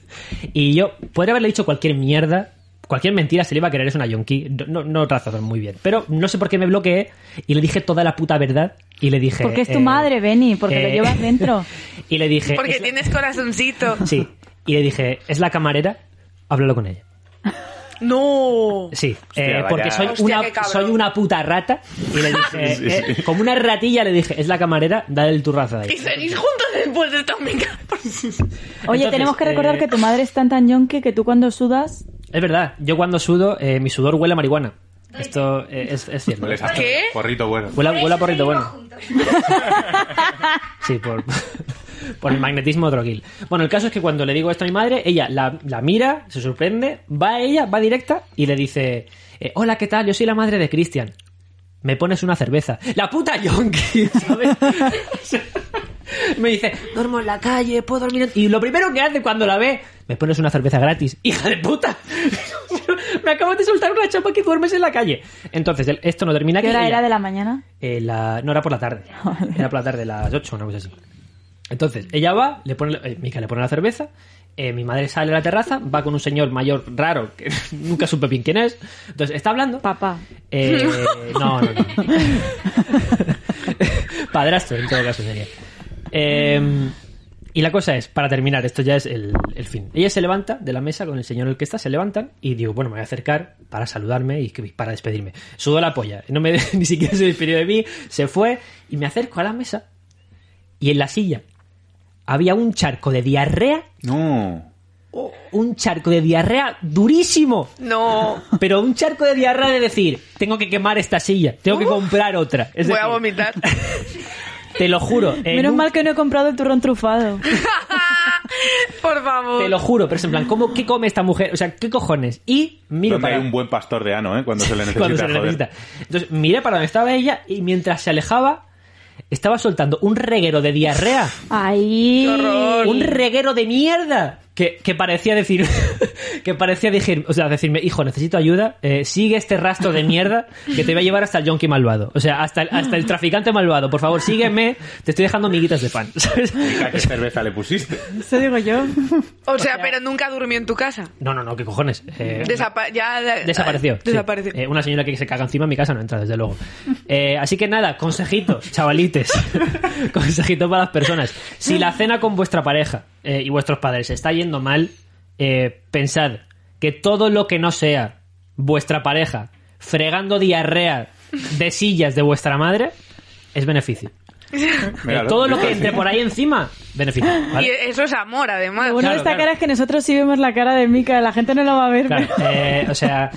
Speaker 1: Y yo podría haberle dicho cualquier mierda, cualquier mentira se le iba a creer, es una yonki. No, no razonan muy bien. Pero no sé por qué me bloqueé y le dije toda la puta verdad. Y le dije.
Speaker 3: Porque es tu
Speaker 1: eh,
Speaker 3: madre, Benny, porque
Speaker 1: eh,
Speaker 3: lo llevas dentro.
Speaker 1: y le dije.
Speaker 2: Porque
Speaker 1: eh, es la-
Speaker 2: tienes corazoncito.
Speaker 1: Sí. Y le dije, es la camarera, háblalo con ella.
Speaker 2: No.
Speaker 1: Sí,
Speaker 4: Hostia,
Speaker 1: eh,
Speaker 4: vaya.
Speaker 1: porque soy,
Speaker 2: Hostia, qué
Speaker 1: una,
Speaker 2: cabrón.
Speaker 1: soy una puta rata. Y le dije,
Speaker 4: Sí, sí.
Speaker 1: eh, como una ratilla, le dije, es la camarera, dale el turrazo de ahí.
Speaker 2: Y seguís juntos después de esta amiga.
Speaker 3: Oye,
Speaker 1: Entonces,
Speaker 3: tenemos que recordar
Speaker 1: eh,
Speaker 3: que tu madre es tan tan yonke que tú cuando sudas...
Speaker 1: Es verdad, yo cuando sudo, eh, mi sudor huele a marihuana. Esto eh, es, es cierto.
Speaker 4: Les hace
Speaker 2: ¿Qué?
Speaker 4: Porrito bueno.
Speaker 1: Huele, a-
Speaker 5: Por eso
Speaker 1: huele a porrito bueno.
Speaker 5: seguimos juntos.
Speaker 1: Sí, por, por el magnetismo droguil. Bueno, el caso es que cuando le digo esto a mi madre, ella la, la mira, se sorprende, va a ella, va directa y le dice: eh, Hola, ¿qué tal? Yo soy la madre de Cristian. Me pones una cerveza. ¡La puta yonki! ¿Sabes? Me dice, duermo en la calle, puedo dormir. en-". Y lo primero que hace cuando la ve, me pones una cerveza gratis. ¡Hija de puta! me acabas de soltar una chapa que duermes en la calle. Entonces, el- esto no termina aquí.
Speaker 3: ¿Qué hora
Speaker 1: Ella-
Speaker 3: era de la mañana?
Speaker 1: eh, la- no, era por la tarde. Era por la tarde, las 8, una cosa así. Entonces, ella va, le pone, eh, Mica le pone la cerveza, eh, mi madre sale a la terraza, va con un señor mayor raro, que nunca supe bien quién es. Entonces, está hablando.
Speaker 3: Papá.
Speaker 1: Eh, no, no, no. Padrastro, en todo caso sería. Eh, y la cosa es, para terminar, esto ya es el, el fin. Ella se levanta de la mesa con el señor en el que está, se levantan y digo, bueno, me voy a acercar para saludarme y que- para despedirme. Sudó la polla, no me, ni siquiera se despidió de mí, se fue y me acerco a la mesa y en la silla había un charco de diarrea,
Speaker 4: No.
Speaker 1: un charco de diarrea durísimo
Speaker 2: No.
Speaker 1: pero un charco de diarrea de decir, tengo que quemar esta silla, tengo que comprar otra. Es
Speaker 2: Voy a
Speaker 1: decir,
Speaker 2: vomitar.
Speaker 1: Te lo juro. en
Speaker 3: Menos
Speaker 1: un-
Speaker 3: mal que no he comprado el turrón trufado.
Speaker 2: Por favor.
Speaker 1: Te lo juro, pero es en plan, ¿cómo, ¿qué come esta mujer? O sea, ¿qué cojones? Y miro
Speaker 4: Donde
Speaker 1: para...
Speaker 4: hay un buen pastor de ano, ¿eh? Cuando se le necesita.
Speaker 1: cuando se le
Speaker 4: joder.
Speaker 1: necesita. Entonces, miré para donde estaba ella y mientras se alejaba, estaba soltando un reguero de diarrea.
Speaker 3: Ahí.
Speaker 2: Qué horror.
Speaker 1: Un reguero de mierda. Que, que parecía decir. que parecía decir, o sea, decirme, hijo, necesito ayuda. eh, sigue este rastro de mierda que te va a llevar hasta el yonki malvado. O sea, hasta el, hasta el traficante malvado. Por favor, sígueme. Te estoy dejando miguitas de pan. ¿sabes?
Speaker 4: Mica, ¿Qué cerveza le pusiste?
Speaker 3: Eso digo yo.
Speaker 2: O sea, pero nunca durmió en tu casa.
Speaker 1: No, no, no, qué cojones. Eh,
Speaker 2: Desapa- ya
Speaker 1: Desapareció. sí.
Speaker 2: Desapareció.
Speaker 1: Eh, una señora que se caga encima en mi casa no entra, desde luego. Eh, así que nada, consejito, chavalites. consejito para las personas. Si la cena con vuestra pareja eh, y vuestros padres está yendo mal, eh, pensad que todo lo que no sea vuestra pareja fregando diarrea de sillas de vuestra madre es beneficio. Eh,
Speaker 4: Míralo,
Speaker 1: todo lo que
Speaker 4: está
Speaker 1: entre
Speaker 4: así.
Speaker 1: por ahí encima, beneficio. ¿vale?
Speaker 2: Y eso es amor, además.
Speaker 3: Lo bueno
Speaker 1: Claro,
Speaker 3: de esta
Speaker 1: claro.
Speaker 3: cara es que nosotros sí vemos la cara de Mika, la gente no lo va a ver.
Speaker 1: Claro,
Speaker 3: pero-
Speaker 1: eh, o sea,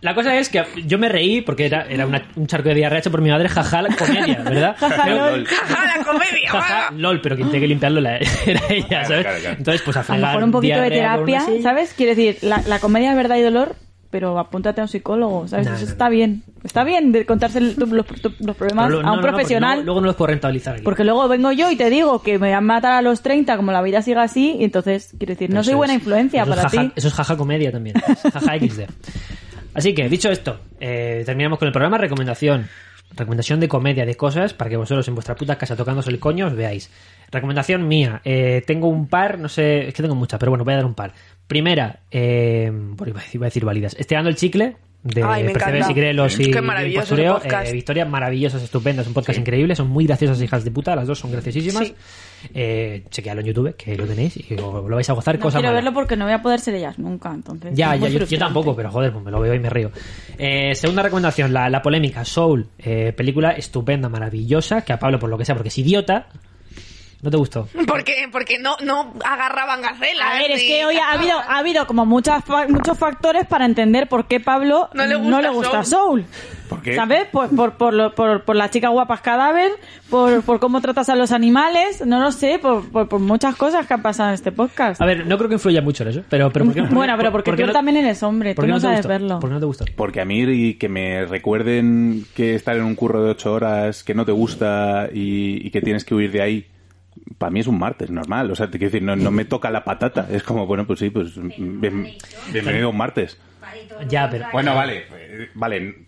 Speaker 1: la cosa es que yo me reí porque era, era una- un charco de diarrea hecho por mi madre, jaja, la comedia, ¿verdad?
Speaker 3: Jaja,
Speaker 1: Pero-
Speaker 3: lol.
Speaker 2: Jaja, la comedia!
Speaker 1: jaja,
Speaker 2: va.
Speaker 1: lol, pero quien tenía que limpiarlo la- era ella,
Speaker 4: Claro,
Speaker 1: ¿sabes?
Speaker 4: claro, claro.
Speaker 1: Entonces, pues a
Speaker 3: A lo
Speaker 1: fregar
Speaker 3: mejor un poquito de
Speaker 1: diarrea con una
Speaker 3: terapia,
Speaker 1: silla.
Speaker 3: ¿sabes? Quiere decir, la, la comedia es verdad y dolor, pero apúntate a un psicólogo, ¿sabes?
Speaker 1: No,
Speaker 3: Eso
Speaker 1: no,
Speaker 3: está bien. Está bien de contarse el- tu- los, tu- los problemas
Speaker 1: Pero lo-
Speaker 3: a
Speaker 1: no, no,
Speaker 3: un
Speaker 1: no, porque
Speaker 3: profesional.
Speaker 1: luego- luego no los puedo rentabilizar aquí.
Speaker 3: Porque luego vengo yo y te digo que me van a matar a los 30 como la vida siga así, y entonces, quiero decir, no
Speaker 1: Eso
Speaker 3: soy buena
Speaker 1: es-
Speaker 3: influencia
Speaker 1: eso es
Speaker 3: para
Speaker 1: jaja-
Speaker 3: ti.
Speaker 1: Eso es jaja comedia también. es Jaja XD. Así que, dicho esto, eh, terminamos con el programa. Recomendación. Recomendación de comedia, de cosas, para que vosotros en vuestra puta casa tocándose el coño os veáis. Recomendación mía. eh, tengo un par, no sé, es que tengo muchas, pero bueno, voy a dar un par. Primera, eh, bueno, iba a decir, iba a decir válidas. Estirando el chicle, de
Speaker 2: Ay, me
Speaker 1: Percebes
Speaker 2: encanta.
Speaker 1: y Grelos y
Speaker 2: Qué
Speaker 1: y
Speaker 2: maravilloso
Speaker 1: Postureo,
Speaker 2: ese podcast.
Speaker 1: eh, historias maravillosas, estupendas, un podcast increíble, son muy graciosas hijas de puta, las dos son graciosísimas.
Speaker 2: Sí.
Speaker 1: Eh, chequealo en YouTube, que lo tenéis y os lo vais a gozar.
Speaker 3: No
Speaker 1: cosa
Speaker 3: quiero
Speaker 1: mala.
Speaker 3: verlo porque no voy a poder ser ellas nunca, entonces.
Speaker 1: Ya,
Speaker 3: es
Speaker 1: ya,
Speaker 3: muy
Speaker 1: yo, yo
Speaker 3: frustrante.
Speaker 1: tampoco, pero joder, pues me lo veo y me río. Eh, segunda recomendación, la, la polémica, Soul, eh, película estupenda, maravillosa, que a Pablo por lo que sea, porque es idiota, no te gustó.
Speaker 2: Porque, porque no, no agarraban gacela.
Speaker 3: A ver, es que hoy ha habido, ha habido como muchas, fa- muchos factores para entender por qué Pablo
Speaker 2: No le gusta
Speaker 3: gusta Soul.
Speaker 4: ¿Por qué?
Speaker 3: ¿Sabes? Pues por, por, lo- por, por las chicas guapas cadáver, por, por cómo tratas a los animales, no lo sé, por, por, por muchas cosas que han pasado en este podcast.
Speaker 1: A ver, no creo que influya mucho en eso, pero... pero ¿por qué-
Speaker 3: bueno, pero
Speaker 1: por-
Speaker 3: porque
Speaker 1: por qué
Speaker 3: tú
Speaker 1: no-
Speaker 3: también eres hombre, tú
Speaker 1: ¿por qué
Speaker 3: no,
Speaker 1: te
Speaker 3: sabes
Speaker 1: gustó?
Speaker 3: verlo.
Speaker 1: ¿Por qué no te gustó?
Speaker 4: Porque a mí y que me recuerden que estar en un curro de ocho horas que no te gusta y, y que tienes que huir de ahí, para mí es un martes normal. O sea, te quiero decir, no, no me toca la patata. Es como, bueno, pues sí, pues bien- bienvenido a un martes.
Speaker 5: Vale, todo
Speaker 1: Ya,
Speaker 5: lo
Speaker 1: pero-
Speaker 5: contrario.
Speaker 4: Bueno, vale, eh, vale.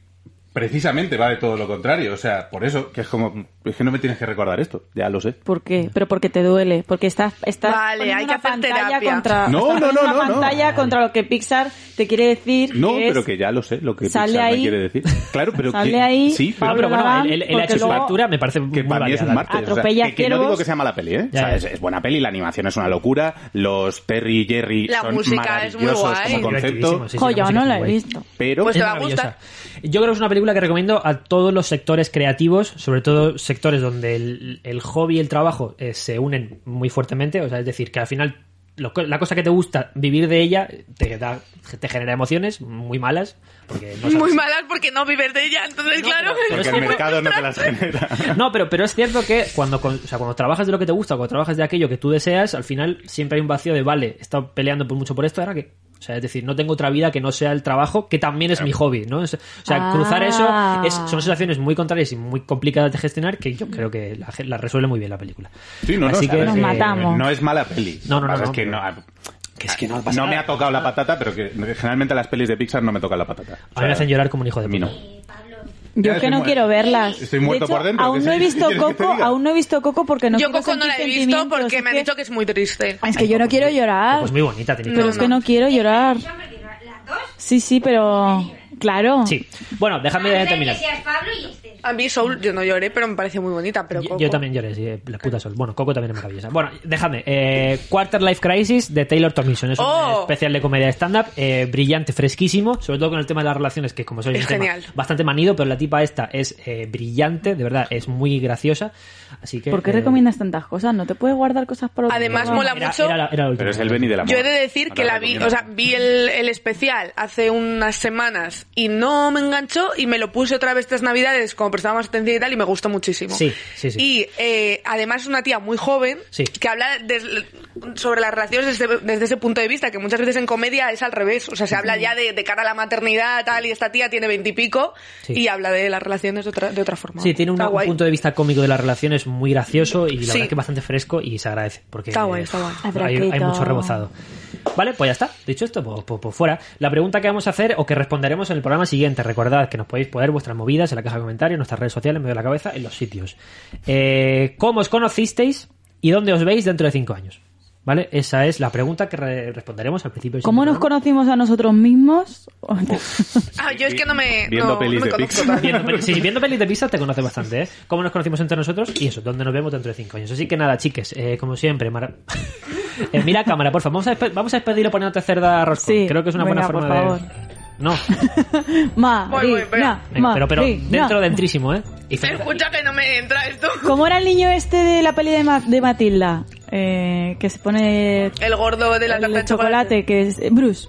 Speaker 4: Precisamente va de todo lo contrario. O sea, por eso, que es como, es que no me tienes que recordar esto, ya lo sé.
Speaker 3: ¿Por qué? Pero porque te duele, porque estás, estás
Speaker 2: Vale,
Speaker 3: poniendo
Speaker 2: hay que
Speaker 3: una
Speaker 2: hacer
Speaker 3: pantalla
Speaker 2: terapia.
Speaker 3: contra
Speaker 4: No,
Speaker 3: estás
Speaker 4: no, no,
Speaker 3: poniendo una
Speaker 4: no, no.
Speaker 3: pantalla contra lo que Pixar te quiere decir.
Speaker 4: No,
Speaker 3: que es-
Speaker 4: pero que ya lo sé, lo que
Speaker 3: sale
Speaker 4: Pixar me
Speaker 3: ahí-
Speaker 4: quiere decir. Claro, pero
Speaker 3: sale
Speaker 4: que-
Speaker 3: ahí,
Speaker 4: sí,
Speaker 1: No,
Speaker 4: pero,
Speaker 1: pero bueno,
Speaker 3: Abraham,
Speaker 1: él, él- él ha
Speaker 3: porque
Speaker 1: hecho su
Speaker 3: luego-
Speaker 1: factura, me parece
Speaker 4: que
Speaker 1: muy
Speaker 4: para mí es
Speaker 1: válida,
Speaker 4: un
Speaker 1: la-
Speaker 4: martes. o sea,
Speaker 3: atropella
Speaker 4: que, que no digo
Speaker 3: ciervos.
Speaker 4: que sea mala peli, ¿eh?
Speaker 1: Ya,
Speaker 4: O sea,
Speaker 1: ya.
Speaker 4: es, es buena peli, la animación es una locura, los Terry y Jerry
Speaker 2: La
Speaker 4: son
Speaker 2: música es muy
Speaker 4: maravillosos
Speaker 2: guay.
Speaker 4: como concepto,
Speaker 1: Divertidísimo, sí, sí,
Speaker 3: Jo,
Speaker 1: la
Speaker 3: yo
Speaker 1: música
Speaker 3: no
Speaker 1: es
Speaker 3: lo
Speaker 1: muy
Speaker 3: he
Speaker 1: guay.
Speaker 3: visto.
Speaker 4: pero
Speaker 2: Pues-
Speaker 1: Es
Speaker 2: te va a
Speaker 1: maravillosa.
Speaker 2: gustar.
Speaker 1: Yo creo que es una película que recomiendo a todos los sectores creativos, sobre todo sectores donde el, el hobby y el trabajo eh, se unen muy fuertemente. O sea, es decir, que al final lo co- la cosa que te gusta, vivir de ella, te, da- te genera emociones muy malas. Porque no sabes-
Speaker 2: Muy malas porque no vives de ella, entonces claro.
Speaker 1: pero-
Speaker 4: porque el mercado no te las genera.
Speaker 1: No, pero, pero es cierto que cuando, con- o sea, cuando trabajas de lo que te gusta, cuando trabajas de aquello que tú deseas, al final siempre hay un vacío de, vale, he estado peleando por mucho por esto, ¿ahora qué? O sea, es decir, no tengo otra vida que no sea el trabajo, que también es mi hobby, ¿no? Es- o sea,
Speaker 3: Ah.
Speaker 1: cruzar eso es- son sensaciones muy contrarias y muy complicadas de gestionar que yo creo que la, gen- la resuelve muy bien la película.
Speaker 4: Sí, no, no,
Speaker 1: Así
Speaker 4: o sea,
Speaker 1: que-
Speaker 4: es
Speaker 3: Nos
Speaker 4: que
Speaker 3: matamos.
Speaker 4: No es mala peli.
Speaker 1: No, no,
Speaker 4: Lo que
Speaker 1: no,
Speaker 4: pasa es que
Speaker 1: no.
Speaker 4: no,
Speaker 1: Que es que no,
Speaker 4: Ah, no me ha tocado la patata, pero que generalmente las pelis de Pixar no me tocan la patata. O
Speaker 1: A mí me
Speaker 4: sea,
Speaker 1: hacen llorar como un hijo de
Speaker 4: a mí
Speaker 1: puta.
Speaker 4: no. Ya
Speaker 3: Yo es
Speaker 4: estoy
Speaker 3: que no
Speaker 4: muerto.
Speaker 3: quiero verlas.
Speaker 4: Estoy
Speaker 3: De
Speaker 4: muerto
Speaker 3: hecho,
Speaker 4: por dentro,
Speaker 3: Aún
Speaker 4: ¿qué
Speaker 3: no he
Speaker 4: se-
Speaker 3: visto
Speaker 4: quieres que te
Speaker 3: Coco,
Speaker 4: diga?
Speaker 3: aún no he visto Coco porque no
Speaker 2: yo
Speaker 3: quiero
Speaker 2: Coco no la he
Speaker 3: sentir
Speaker 2: visto
Speaker 3: sentimientos,
Speaker 2: porque
Speaker 3: es
Speaker 2: me han
Speaker 3: que-
Speaker 2: dicho que es muy triste.
Speaker 3: Es que yo no quiero llorar.
Speaker 1: Pues muy bonita, tenéis
Speaker 3: Pero
Speaker 1: que
Speaker 3: es
Speaker 1: verla.
Speaker 3: que no quiero llorar.
Speaker 5: Yo, hombre, que no- las dos.
Speaker 3: Sí, sí, pero... Claro.
Speaker 1: Sí. Bueno, déjame
Speaker 5: Puede ser
Speaker 1: terminar.
Speaker 5: que seas Pablo y este. Esther.
Speaker 2: A mí Soul, yo no lloré, pero me pareció muy bonita. Pero
Speaker 1: Yo-
Speaker 2: Coco.
Speaker 1: Yo, también lloré, sí, eh, la puta sol. Bueno, Coco también es maravillosa. Bueno, déjame. eh, Quarter Life Crisis de Taylor Tomlinson. Es un
Speaker 2: ¡Oh!
Speaker 1: especial de comedia de stand-up, eh, brillante, fresquísimo, sobre todo con el tema de las relaciones, que como soy
Speaker 2: Es
Speaker 1: un tema
Speaker 2: genial.
Speaker 1: bastante manido, pero la tipa esta es eh, brillante, de verdad, es muy graciosa. Así que.
Speaker 3: ¿Por qué
Speaker 1: eh,
Speaker 3: recomiendas tantas cosas? ¿No te puedes guardar cosas para otro
Speaker 2: Además,
Speaker 3: programa?
Speaker 2: mola
Speaker 1: era-
Speaker 2: mucho?
Speaker 1: era la- era la última.
Speaker 4: Pero es el Benny de la
Speaker 2: Yo he de decir que la vi, o sea, vi el, el especial hace unas semanas y no me enganchó y me lo puse otra vez estas navidades como prestaba más atención y tal y me gustó muchísimo.
Speaker 1: Sí, sí, sí.
Speaker 2: Y eh, además es una tía muy joven
Speaker 1: Sí.
Speaker 2: que habla des- sobre las relaciones desde, desde ese punto de vista, que muchas veces en comedia es al revés, o sea, se habla ya de, de cara a la maternidad tal y esta tía tiene veintipico y,
Speaker 1: Sí.
Speaker 2: habla de las relaciones de otra, de otra forma.
Speaker 1: Sí, tiene un,
Speaker 2: Está
Speaker 1: un
Speaker 2: guay.
Speaker 1: punto de vista cómico de las relaciones muy gracioso y la
Speaker 2: Sí.
Speaker 1: verdad que bastante fresco y se agradece. Porque
Speaker 2: Está guay, está guay.
Speaker 1: eh, Hay, hay mucho rebozado. Vale, pues ya está. Dicho esto, pues, pues- pues fuera. La pregunta que vamos a hacer o que responderemos en el programa siguiente. Recordad que nos podéis poner vuestras movidas en la caja de comentarios, en nuestras redes sociales, en medio de la cabeza, en los sitios. Eh, ¿Cómo os conocisteis y dónde os veis dentro de cinco años? ¿Vale? Esa es la pregunta que re- responderemos al principio. del
Speaker 3: ¿Cómo nos
Speaker 1: siguiente
Speaker 3: conocimos a nosotros mismos?
Speaker 2: Ah, yo es que no me,
Speaker 4: Viendo
Speaker 2: no,
Speaker 4: pelis
Speaker 2: no me
Speaker 4: de
Speaker 2: conozco
Speaker 4: Pixar.
Speaker 2: tanto.
Speaker 1: Viendo peli- sí, viendo pelis de pizza te conoce bastante, ¿eh? Cómo nos conocimos entre nosotros y eso, dónde nos vemos dentro de cinco años. Así que nada, chiques, eh, como siempre, mara- Eh, mira a cámara, por favor. Vamos a, despe- vamos a despedirlo poniéndote cerda roscón.
Speaker 3: Sí,
Speaker 1: Creo que es una
Speaker 3: venga,
Speaker 1: buena forma
Speaker 3: por
Speaker 1: de... No,
Speaker 3: Ma,
Speaker 2: Voy, voy,
Speaker 3: ri,
Speaker 2: pero-
Speaker 3: na,
Speaker 1: venga,
Speaker 3: ma,
Speaker 1: pero, pero
Speaker 3: ri, na.
Speaker 1: dentro, dentrísimo, ¿eh? Y
Speaker 2: Se escucha que no me entra esto.
Speaker 3: ¿Cómo era el niño este de la peli de, Ma- de Matilda? Eh, que se pone
Speaker 2: El gordo de la
Speaker 3: el
Speaker 2: tarta de chocolate.
Speaker 3: chocolate, que es eh, Bruce,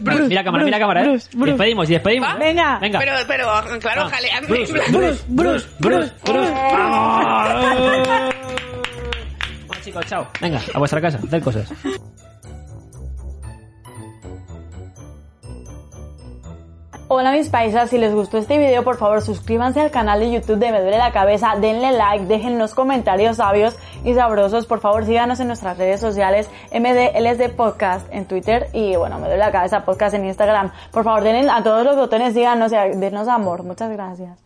Speaker 2: Bruce,
Speaker 1: Mira, mira a cámara, mira a cámara, ¿eh?
Speaker 3: Bruce,
Speaker 1: Y
Speaker 3: Bruce.
Speaker 1: despedimos, y despedimos.
Speaker 3: ¿Va?
Speaker 1: ¿eh?
Speaker 3: Venga.
Speaker 1: Venga. Ah.
Speaker 2: Pero, pero, claro, jaleadme.
Speaker 1: Bruce, Ah.
Speaker 3: Bruce, Bruce, Bruce, Bruce.
Speaker 1: Bueno, chicos, chao. Venga, a vuestra casa, hacer cosas.
Speaker 7: Hola mis paisas, si les gustó este video por favor suscríbanse al canal de YouTube de Me Duele la Cabeza, denle like, déjennos comentarios sabios y sabrosos, por favor síganos en nuestras redes sociales MDLSD Podcast en Twitter y bueno, Me Duele la Cabeza Podcast en Instagram, por favor denle a todos los botones, síganos y a- dennos amor, muchas gracias.